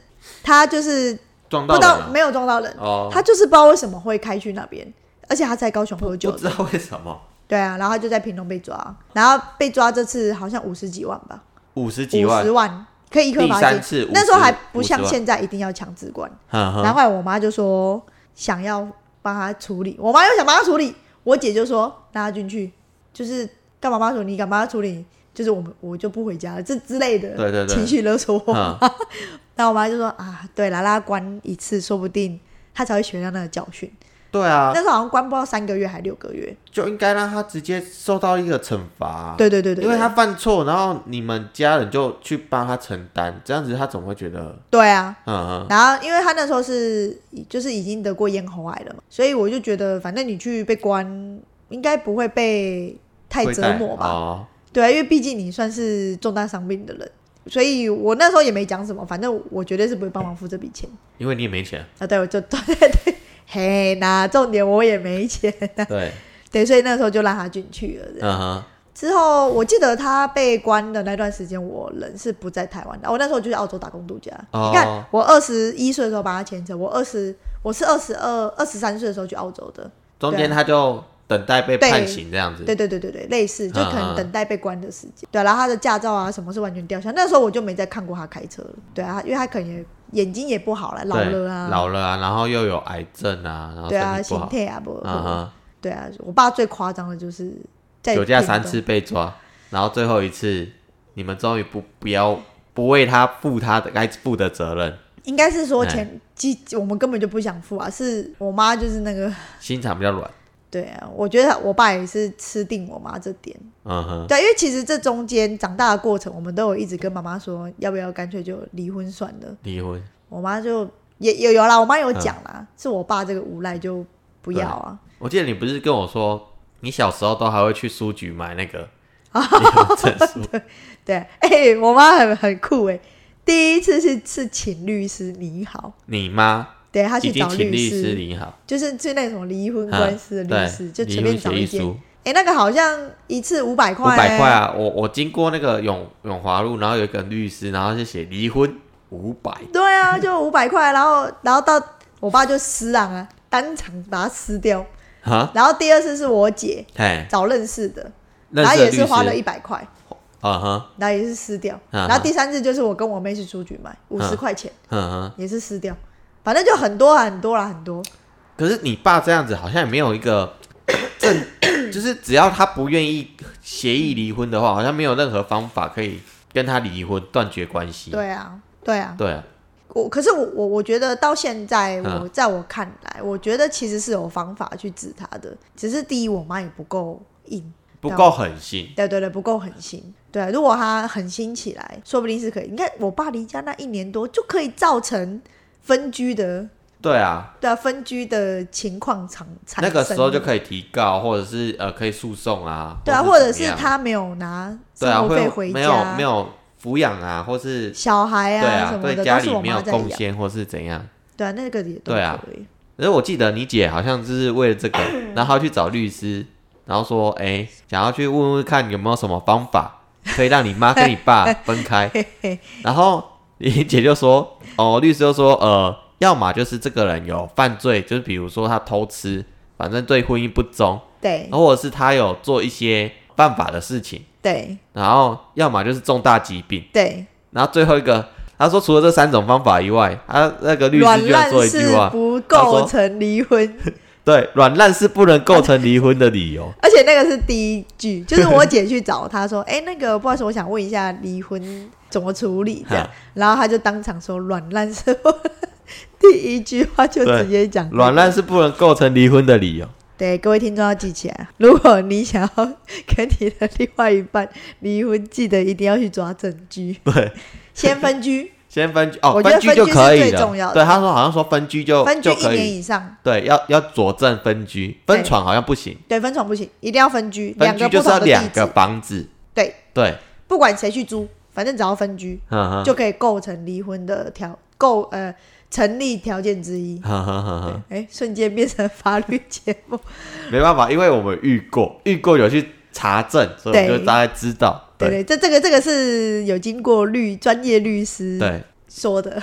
[SPEAKER 3] 他就是
[SPEAKER 2] 撞
[SPEAKER 3] 不
[SPEAKER 2] 到
[SPEAKER 3] 知
[SPEAKER 2] 人
[SPEAKER 3] 道
[SPEAKER 2] 啊
[SPEAKER 3] 没有撞到人，
[SPEAKER 2] 哦，
[SPEAKER 3] 他就是不知道为什么会开去那边，而且他在高雄喝酒
[SPEAKER 2] 不知，道为什么
[SPEAKER 3] 对啊，然后他就在屏东被抓，然后被抓这次好像五十几万吧，
[SPEAKER 2] 五十几
[SPEAKER 3] 五
[SPEAKER 2] 万
[SPEAKER 3] 十，万可以一颗
[SPEAKER 2] 第
[SPEAKER 3] 罚
[SPEAKER 2] 三
[SPEAKER 3] 金
[SPEAKER 2] 次，50
[SPEAKER 3] 那时候还不
[SPEAKER 2] 50
[SPEAKER 3] 像
[SPEAKER 2] 万
[SPEAKER 3] 现在一定要强制关，
[SPEAKER 2] 嗯
[SPEAKER 3] 然
[SPEAKER 2] 哼，
[SPEAKER 3] 后后来我妈就说想要帮他处理，我妈又想帮他处理，我姐就说拉他进去，就是干嘛帮他处理，你敢帮他处理，就是我们我就不回家了，这之类的，
[SPEAKER 2] 对对对
[SPEAKER 3] 情绪勒索我
[SPEAKER 2] 嗯
[SPEAKER 3] 然后我妈就说啊，对啦，拉他关一次，说不定他才会学到那个教训。
[SPEAKER 2] 对啊
[SPEAKER 3] 那，时候好像关不到三个月还六个月，
[SPEAKER 2] 就应该让他直接受到一个惩罚啊、
[SPEAKER 3] 对对对对，
[SPEAKER 2] 因为
[SPEAKER 3] 对
[SPEAKER 2] 他犯错，然后你们家人就去帮他承担，这样子他总会觉得，
[SPEAKER 3] 对啊，
[SPEAKER 2] 嗯嗯，
[SPEAKER 3] 然后因为他那时候是就是已经得过咽喉癌了嘛，所以我就觉得反正你去被关，应该不会被太
[SPEAKER 2] 会
[SPEAKER 3] 折
[SPEAKER 2] 带
[SPEAKER 3] 磨吧？
[SPEAKER 2] 哦，
[SPEAKER 3] 对啊，因为毕竟你算是重大伤病的人，所以我那时候也没讲什么，反正我绝对是不会帮忙付这笔钱
[SPEAKER 2] 因为你也没 钱，
[SPEAKER 3] 啊。对，我就对对对，嘿，那重点我也没钱，啊
[SPEAKER 2] 对，
[SPEAKER 3] 对，所以那时候就让他进去了。这样
[SPEAKER 2] 嗯哼，
[SPEAKER 3] 之后我记得他被关的那段时间，我人是不在台湾的，我那时候就去澳洲打工度假。
[SPEAKER 2] 哦
[SPEAKER 3] 你看，我二十一岁的时候帮他签证，我二十我是二十二、二十三岁的时候去澳洲的。
[SPEAKER 2] 中间他就等待被
[SPEAKER 3] 对
[SPEAKER 2] 判刑这样子，
[SPEAKER 3] 对对对对对，类似就可
[SPEAKER 2] 嗯嗯
[SPEAKER 3] 能等待被关的时间。对，然后他的驾照啊什么是完全吊销，那时候我就没再看过他开车了。对啊，因为他可能也眼睛也不好了，老
[SPEAKER 2] 对
[SPEAKER 3] 了啊，
[SPEAKER 2] 老了啊，然后又有癌症啊，然后
[SPEAKER 3] 对啊，
[SPEAKER 2] 身体
[SPEAKER 3] 心
[SPEAKER 2] 不好，
[SPEAKER 3] 态啊不，
[SPEAKER 2] 嗯哼，
[SPEAKER 3] 对啊，我爸最夸张的就是在
[SPEAKER 2] 酒驾
[SPEAKER 3] 屏
[SPEAKER 2] 三
[SPEAKER 3] 东
[SPEAKER 2] 次被抓，然后最后一次，你们终于不不要不为他负他的该负的责任，
[SPEAKER 3] 应该是说
[SPEAKER 2] 哎
[SPEAKER 3] 前几我们根本就不想付啊，是我妈就是那个，
[SPEAKER 2] 心肠比较软，
[SPEAKER 3] 对啊，我觉得我爸也是吃定我妈这点，
[SPEAKER 2] 嗯哼，
[SPEAKER 3] 对，因为其实这中间长大的过程，我们都有一直跟妈妈说，要不要干脆就离婚算了，
[SPEAKER 2] 离婚，
[SPEAKER 3] 我妈就也有有啦，我妈有
[SPEAKER 2] 嗯
[SPEAKER 3] 讲啦，是我爸这个无赖就不要啊，
[SPEAKER 2] 我记得你不是跟我说，你小时候都还会去书局买那 个离婚证书，
[SPEAKER 3] 对，哎、我妈很很酷哎、第一次是是请律师你好，
[SPEAKER 2] 你妈
[SPEAKER 3] 对她
[SPEAKER 2] 已
[SPEAKER 3] 去
[SPEAKER 2] 经
[SPEAKER 3] 找
[SPEAKER 2] 请律师
[SPEAKER 3] 师，
[SPEAKER 2] 领好，
[SPEAKER 3] 就是去那种离婚官司的
[SPEAKER 2] 对
[SPEAKER 3] 律师，就
[SPEAKER 2] 离
[SPEAKER 3] 随
[SPEAKER 2] 婚
[SPEAKER 3] 便找
[SPEAKER 2] 协议
[SPEAKER 3] 一间。
[SPEAKER 2] 书。
[SPEAKER 3] 哎、那个好像一次五百
[SPEAKER 2] 五
[SPEAKER 3] 块，欸
[SPEAKER 2] 百块！啊！我我经过那个永永华路，然后有一个律师，然后就写离婚五百，
[SPEAKER 3] 对啊，就五百块，然后然后到我爸就撕啊啊，当场把它撕掉。
[SPEAKER 2] 哈，
[SPEAKER 3] 然后第二次是我姐
[SPEAKER 2] 嘿，
[SPEAKER 3] 找认识的，
[SPEAKER 2] 认
[SPEAKER 3] 然后
[SPEAKER 2] 识的
[SPEAKER 3] 也
[SPEAKER 2] 律
[SPEAKER 3] 是
[SPEAKER 2] 师，
[SPEAKER 3] 花了一百块，
[SPEAKER 2] 嗯哼，
[SPEAKER 3] 然后也是撕掉。
[SPEAKER 2] 嗯
[SPEAKER 3] 然后第三次就是我跟我妹去书局
[SPEAKER 2] 啊
[SPEAKER 3] 买五十块钱，
[SPEAKER 2] 嗯哼。
[SPEAKER 3] 也是撕掉。反正就很多啊，很多啦，很多。
[SPEAKER 2] 可是你爸这样子好像也没有一个 正， 就是只要他不愿意协议离婚的话，好像没有任何方法可以跟他离婚断绝关系。
[SPEAKER 3] 对啊，对啊。
[SPEAKER 2] 对啊，
[SPEAKER 3] 我可是我我我觉得到现在，
[SPEAKER 2] 嗯
[SPEAKER 3] 我在我看来，我觉得其实是有方法去治他的，只是第一，我妈也不够硬。
[SPEAKER 2] 不够狠心。
[SPEAKER 3] 对对对，不够狠心。对啊，如果他狠心起来，说不定是可以。你看我爸离家那一年多，就可以造成分居的，
[SPEAKER 2] 对啊，
[SPEAKER 3] 对啊，分居的情况产产
[SPEAKER 2] 那
[SPEAKER 3] 生。
[SPEAKER 2] 个时候就可以提告，或者是呃可以诉讼啊。
[SPEAKER 3] 对啊，
[SPEAKER 2] 或
[SPEAKER 3] 或
[SPEAKER 2] 者
[SPEAKER 3] 者
[SPEAKER 2] 怎
[SPEAKER 3] 是
[SPEAKER 2] 么样
[SPEAKER 3] 他没有拿
[SPEAKER 2] 对啊
[SPEAKER 3] 生活费
[SPEAKER 2] 会
[SPEAKER 3] 回
[SPEAKER 2] 没
[SPEAKER 3] 家，
[SPEAKER 2] 有没有抚养啊，或是
[SPEAKER 3] 小孩
[SPEAKER 2] 对啊
[SPEAKER 3] 什么
[SPEAKER 2] 对
[SPEAKER 3] 的，
[SPEAKER 2] 家
[SPEAKER 3] 都是
[SPEAKER 2] 里
[SPEAKER 3] 我
[SPEAKER 2] 没
[SPEAKER 3] 妈
[SPEAKER 2] 有
[SPEAKER 3] 在
[SPEAKER 2] 贡
[SPEAKER 3] 养。
[SPEAKER 2] 献或是怎样。
[SPEAKER 3] 对啊，那个也都
[SPEAKER 2] 对啊
[SPEAKER 3] 可以。
[SPEAKER 2] 可是我记得你姐好像就是为了这个， 然后她去找律师，然后说，哎、想要去问问看有没有什么方法可以让你妈 跟你爸分开。然后你姐就说，哦，律师就说，呃，要么就是这个人有犯罪，就是比如说他偷吃，反正对婚姻不忠，
[SPEAKER 3] 对
[SPEAKER 2] 或者是他有做一些犯法的事情，
[SPEAKER 3] 对
[SPEAKER 2] 然后要么就是重大疾病，
[SPEAKER 3] 对，
[SPEAKER 2] 然后最后一个他说除了这三种方法以外，他那个律师
[SPEAKER 3] 软
[SPEAKER 2] 居然
[SPEAKER 3] 烂
[SPEAKER 2] 说一句
[SPEAKER 3] 是
[SPEAKER 2] 话，
[SPEAKER 3] 不
[SPEAKER 2] 他说
[SPEAKER 3] 构成离婚，
[SPEAKER 2] 对，软烂是不能构成离婚的理 由。
[SPEAKER 3] 而且那个是第一句，就是我姐去找他说：“哎、那个不好意思，我想问一下离婚怎么处理？”这样
[SPEAKER 2] 哈，
[SPEAKER 3] 然后他就当场说：“软烂是我的 第一句话就
[SPEAKER 2] 对
[SPEAKER 3] 直接讲这个
[SPEAKER 2] 软烂是不能构成离婚的理由。
[SPEAKER 3] 对，各位听众要记起来，如果你想要跟你的另外一半离婚，记得一定要去抓证据，
[SPEAKER 2] 对，
[SPEAKER 3] 先 分居，
[SPEAKER 2] 先分居哦，
[SPEAKER 3] 我觉得
[SPEAKER 2] 居就可以
[SPEAKER 3] 分居是最重要
[SPEAKER 2] 了。
[SPEAKER 3] 的
[SPEAKER 2] 对，他说好像说分居就
[SPEAKER 3] 分居
[SPEAKER 2] 哦就
[SPEAKER 3] 一
[SPEAKER 2] 可
[SPEAKER 3] 年
[SPEAKER 2] 以，
[SPEAKER 3] 以上，
[SPEAKER 2] 对，要要佐证分居，
[SPEAKER 3] 对
[SPEAKER 2] 分床好像不行，
[SPEAKER 3] 对，分床不行，一定要分居，两
[SPEAKER 2] 分
[SPEAKER 3] 个
[SPEAKER 2] 居就
[SPEAKER 3] 不
[SPEAKER 2] 是要
[SPEAKER 3] 同的地
[SPEAKER 2] 两
[SPEAKER 3] 址
[SPEAKER 2] 个，房子，
[SPEAKER 3] 对，
[SPEAKER 2] 对，
[SPEAKER 3] 不管谁去租，反正只要分居，
[SPEAKER 2] 呵呵
[SPEAKER 3] 就可以构成离婚的条构呃成立条件之一。
[SPEAKER 2] 呵呵呵
[SPEAKER 3] 对
[SPEAKER 2] 呵，
[SPEAKER 3] 哎，瞬间变成法律节目。
[SPEAKER 2] 没办法，因为我们遇过，遇过有去查证，所以我
[SPEAKER 3] 对
[SPEAKER 2] 们就大概知道，
[SPEAKER 3] 对
[SPEAKER 2] 对
[SPEAKER 3] 对，这这个这个是有经过律专业律师
[SPEAKER 2] 对，
[SPEAKER 3] 说的。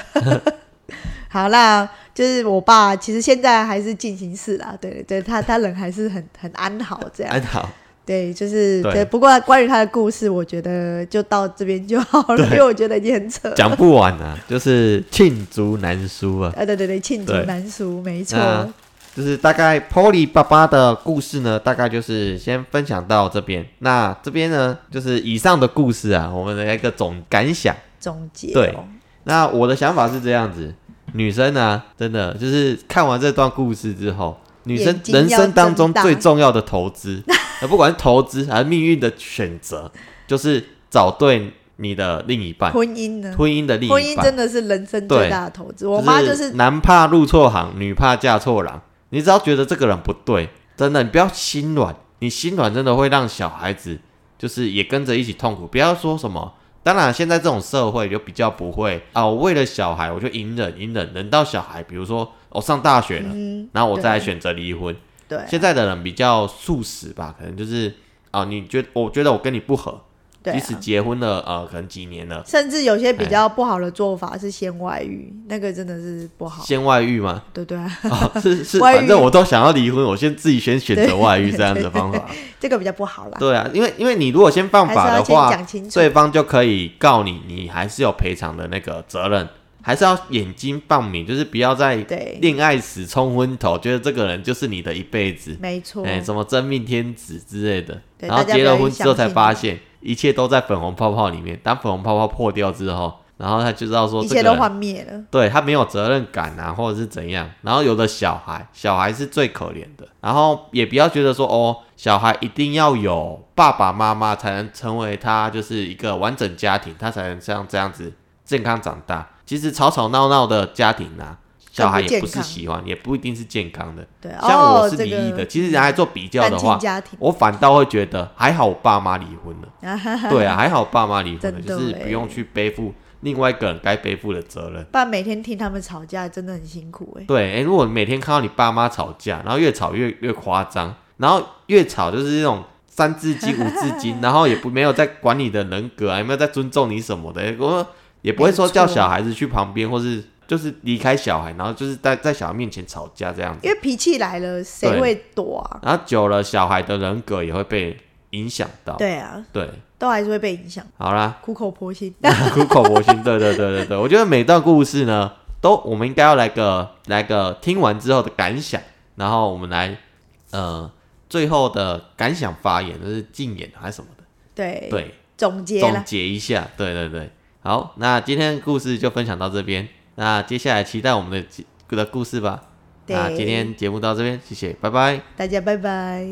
[SPEAKER 3] 好啦，就是我爸，其实现在还是进行式啦，对对对，他他人还是很很安好这样，
[SPEAKER 2] 安好，
[SPEAKER 3] 对，就是
[SPEAKER 2] 哎对
[SPEAKER 3] 对。不过关于他的故事，我觉得就到这边就好了，
[SPEAKER 2] 对
[SPEAKER 3] 因为我觉得已经很 扯。
[SPEAKER 2] 讲不完啊，就是罄竹难书啊。
[SPEAKER 3] 呃，对对对，罄竹
[SPEAKER 2] 对
[SPEAKER 3] 难书，没错。
[SPEAKER 2] 那就是大概 Polly 爸爸的故事呢，大概就是先分享到这边。那这边呢，就是以上的故事啊，我们的一个总感想。
[SPEAKER 3] 总结、
[SPEAKER 2] 对
[SPEAKER 3] 哦，
[SPEAKER 2] 那我的想法是这样子，女生啊，真的就是看完这段故事之后，女生
[SPEAKER 3] 眼睛要
[SPEAKER 2] 人生当中
[SPEAKER 3] 睁大
[SPEAKER 2] 最重要的投资，呃不管是投资还是命运的选择，就是找对你的另一半，
[SPEAKER 3] 婚姻呢？
[SPEAKER 2] 婚姻的另
[SPEAKER 3] 婚
[SPEAKER 2] 一
[SPEAKER 3] 姻
[SPEAKER 2] 半
[SPEAKER 3] 真。的是人生
[SPEAKER 2] 对
[SPEAKER 3] 最大的投资。我妈就是
[SPEAKER 2] 男怕入错行，女怕嫁错郎。你只要觉得这个人不对，真的，你不要心软，你心软真的会让小孩子就是也跟着一起痛苦。不要说什么，当然现在这种社会就比较不会啊，我为了小孩我就隐忍隐忍，忍到小孩，比如说我、上大学了，然后我再来选择离婚。
[SPEAKER 3] 嗯对啊
[SPEAKER 2] 现在的人比较素食吧，可能就是啊，你觉我觉得我跟你不合，
[SPEAKER 3] 对、
[SPEAKER 2] 即使
[SPEAKER 3] 啊，
[SPEAKER 2] 结婚了呃，可能几年了，
[SPEAKER 3] 甚至有些比较不好的做法是先外遇，那个真的是不好。
[SPEAKER 2] 先外遇嘛，
[SPEAKER 3] 对对、啊，
[SPEAKER 2] 哦，是是，
[SPEAKER 3] 外遇
[SPEAKER 2] 反正我都想要离婚，我先自己先选择
[SPEAKER 3] 对
[SPEAKER 2] 外遇这样子的方 法。
[SPEAKER 3] 这个比较不好啦。
[SPEAKER 2] 对啊，因为因为你如果先犯法
[SPEAKER 3] 还
[SPEAKER 2] 的
[SPEAKER 3] 是要
[SPEAKER 2] 话
[SPEAKER 3] 先讲清，楚
[SPEAKER 2] 对方就可以告你，你还是有赔偿的那个责任，还是要眼睛放明，就是不要在
[SPEAKER 3] 对
[SPEAKER 2] 恋爱时冲昏头，觉得这个人就是你的一辈子，
[SPEAKER 3] 没错，
[SPEAKER 2] 哎、什么真命天子之类的。
[SPEAKER 3] 对
[SPEAKER 2] 然后
[SPEAKER 3] 大家
[SPEAKER 2] 结
[SPEAKER 3] 不要
[SPEAKER 2] 了
[SPEAKER 3] 去
[SPEAKER 2] 婚之后
[SPEAKER 3] 相
[SPEAKER 2] 才
[SPEAKER 3] 信
[SPEAKER 2] 发现，一切都在粉红泡泡里面。当粉红泡泡破掉之后，然后他就知道说
[SPEAKER 3] 一
[SPEAKER 2] 这
[SPEAKER 3] 切
[SPEAKER 2] 个
[SPEAKER 3] 都
[SPEAKER 2] 人
[SPEAKER 3] 幻灭了。
[SPEAKER 2] 对他没有责任感啊，或者是怎样。然后有的小孩，小孩是最可怜的。然后也不要觉得说哦，小孩一定要有爸爸妈妈才能成为他就是一个完整家庭，他才能像这样子健康长大。其实吵吵闹闹的家庭啊，小孩也不是喜欢，也不一定是健康的。
[SPEAKER 3] 对，
[SPEAKER 2] 像我
[SPEAKER 3] 哦
[SPEAKER 2] 是
[SPEAKER 3] 这
[SPEAKER 2] 离
[SPEAKER 3] 个
[SPEAKER 2] 异的，其实人家做比较的
[SPEAKER 3] 单亲
[SPEAKER 2] 话，
[SPEAKER 3] 家庭，
[SPEAKER 2] 我反倒会觉得还好，我爸妈离婚了。 对啊，还好爸妈离婚了，
[SPEAKER 3] 真的
[SPEAKER 2] 就是不
[SPEAKER 3] 欸
[SPEAKER 2] 用去背负另外一个人该背负的责任。
[SPEAKER 3] 不然每天听他们吵架真的很辛苦哎、
[SPEAKER 2] 对，哎、如果你每天看到你爸妈吵架，然后越吵越越夸张，然后越吵就是那种三字经、五字 经，然后也不没有在管你的人格啊，也没有在尊重你什么的，我也不会说
[SPEAKER 3] 没错
[SPEAKER 2] 叫小孩子去旁边，或是就是离开小孩，然后就是在在小孩面前吵架这样子
[SPEAKER 3] 因，为脾气来了，谁
[SPEAKER 2] 对
[SPEAKER 3] 会躲啊？
[SPEAKER 2] 然后久了小孩的人格也会被影响到。
[SPEAKER 3] 对啊，
[SPEAKER 2] 对，
[SPEAKER 3] 都还是会被影响，
[SPEAKER 2] 好啦，
[SPEAKER 3] 苦口婆心。
[SPEAKER 2] 苦口婆心， 对对对对对，我觉得每段故事呢，都我们应该要来个来个听完之后的感想，然后我们来呃最后的感想发言，就是竞演还是什么的，
[SPEAKER 3] 对，
[SPEAKER 2] 对，
[SPEAKER 3] 总结
[SPEAKER 2] 总
[SPEAKER 3] 了，
[SPEAKER 2] 结一下，对对对，好，那今天的故事就分享到这边，那接下来期待我们的节的故事吧。那
[SPEAKER 3] 对
[SPEAKER 2] 啊今天节目到这边，谢谢，拜拜。
[SPEAKER 3] 大家拜拜。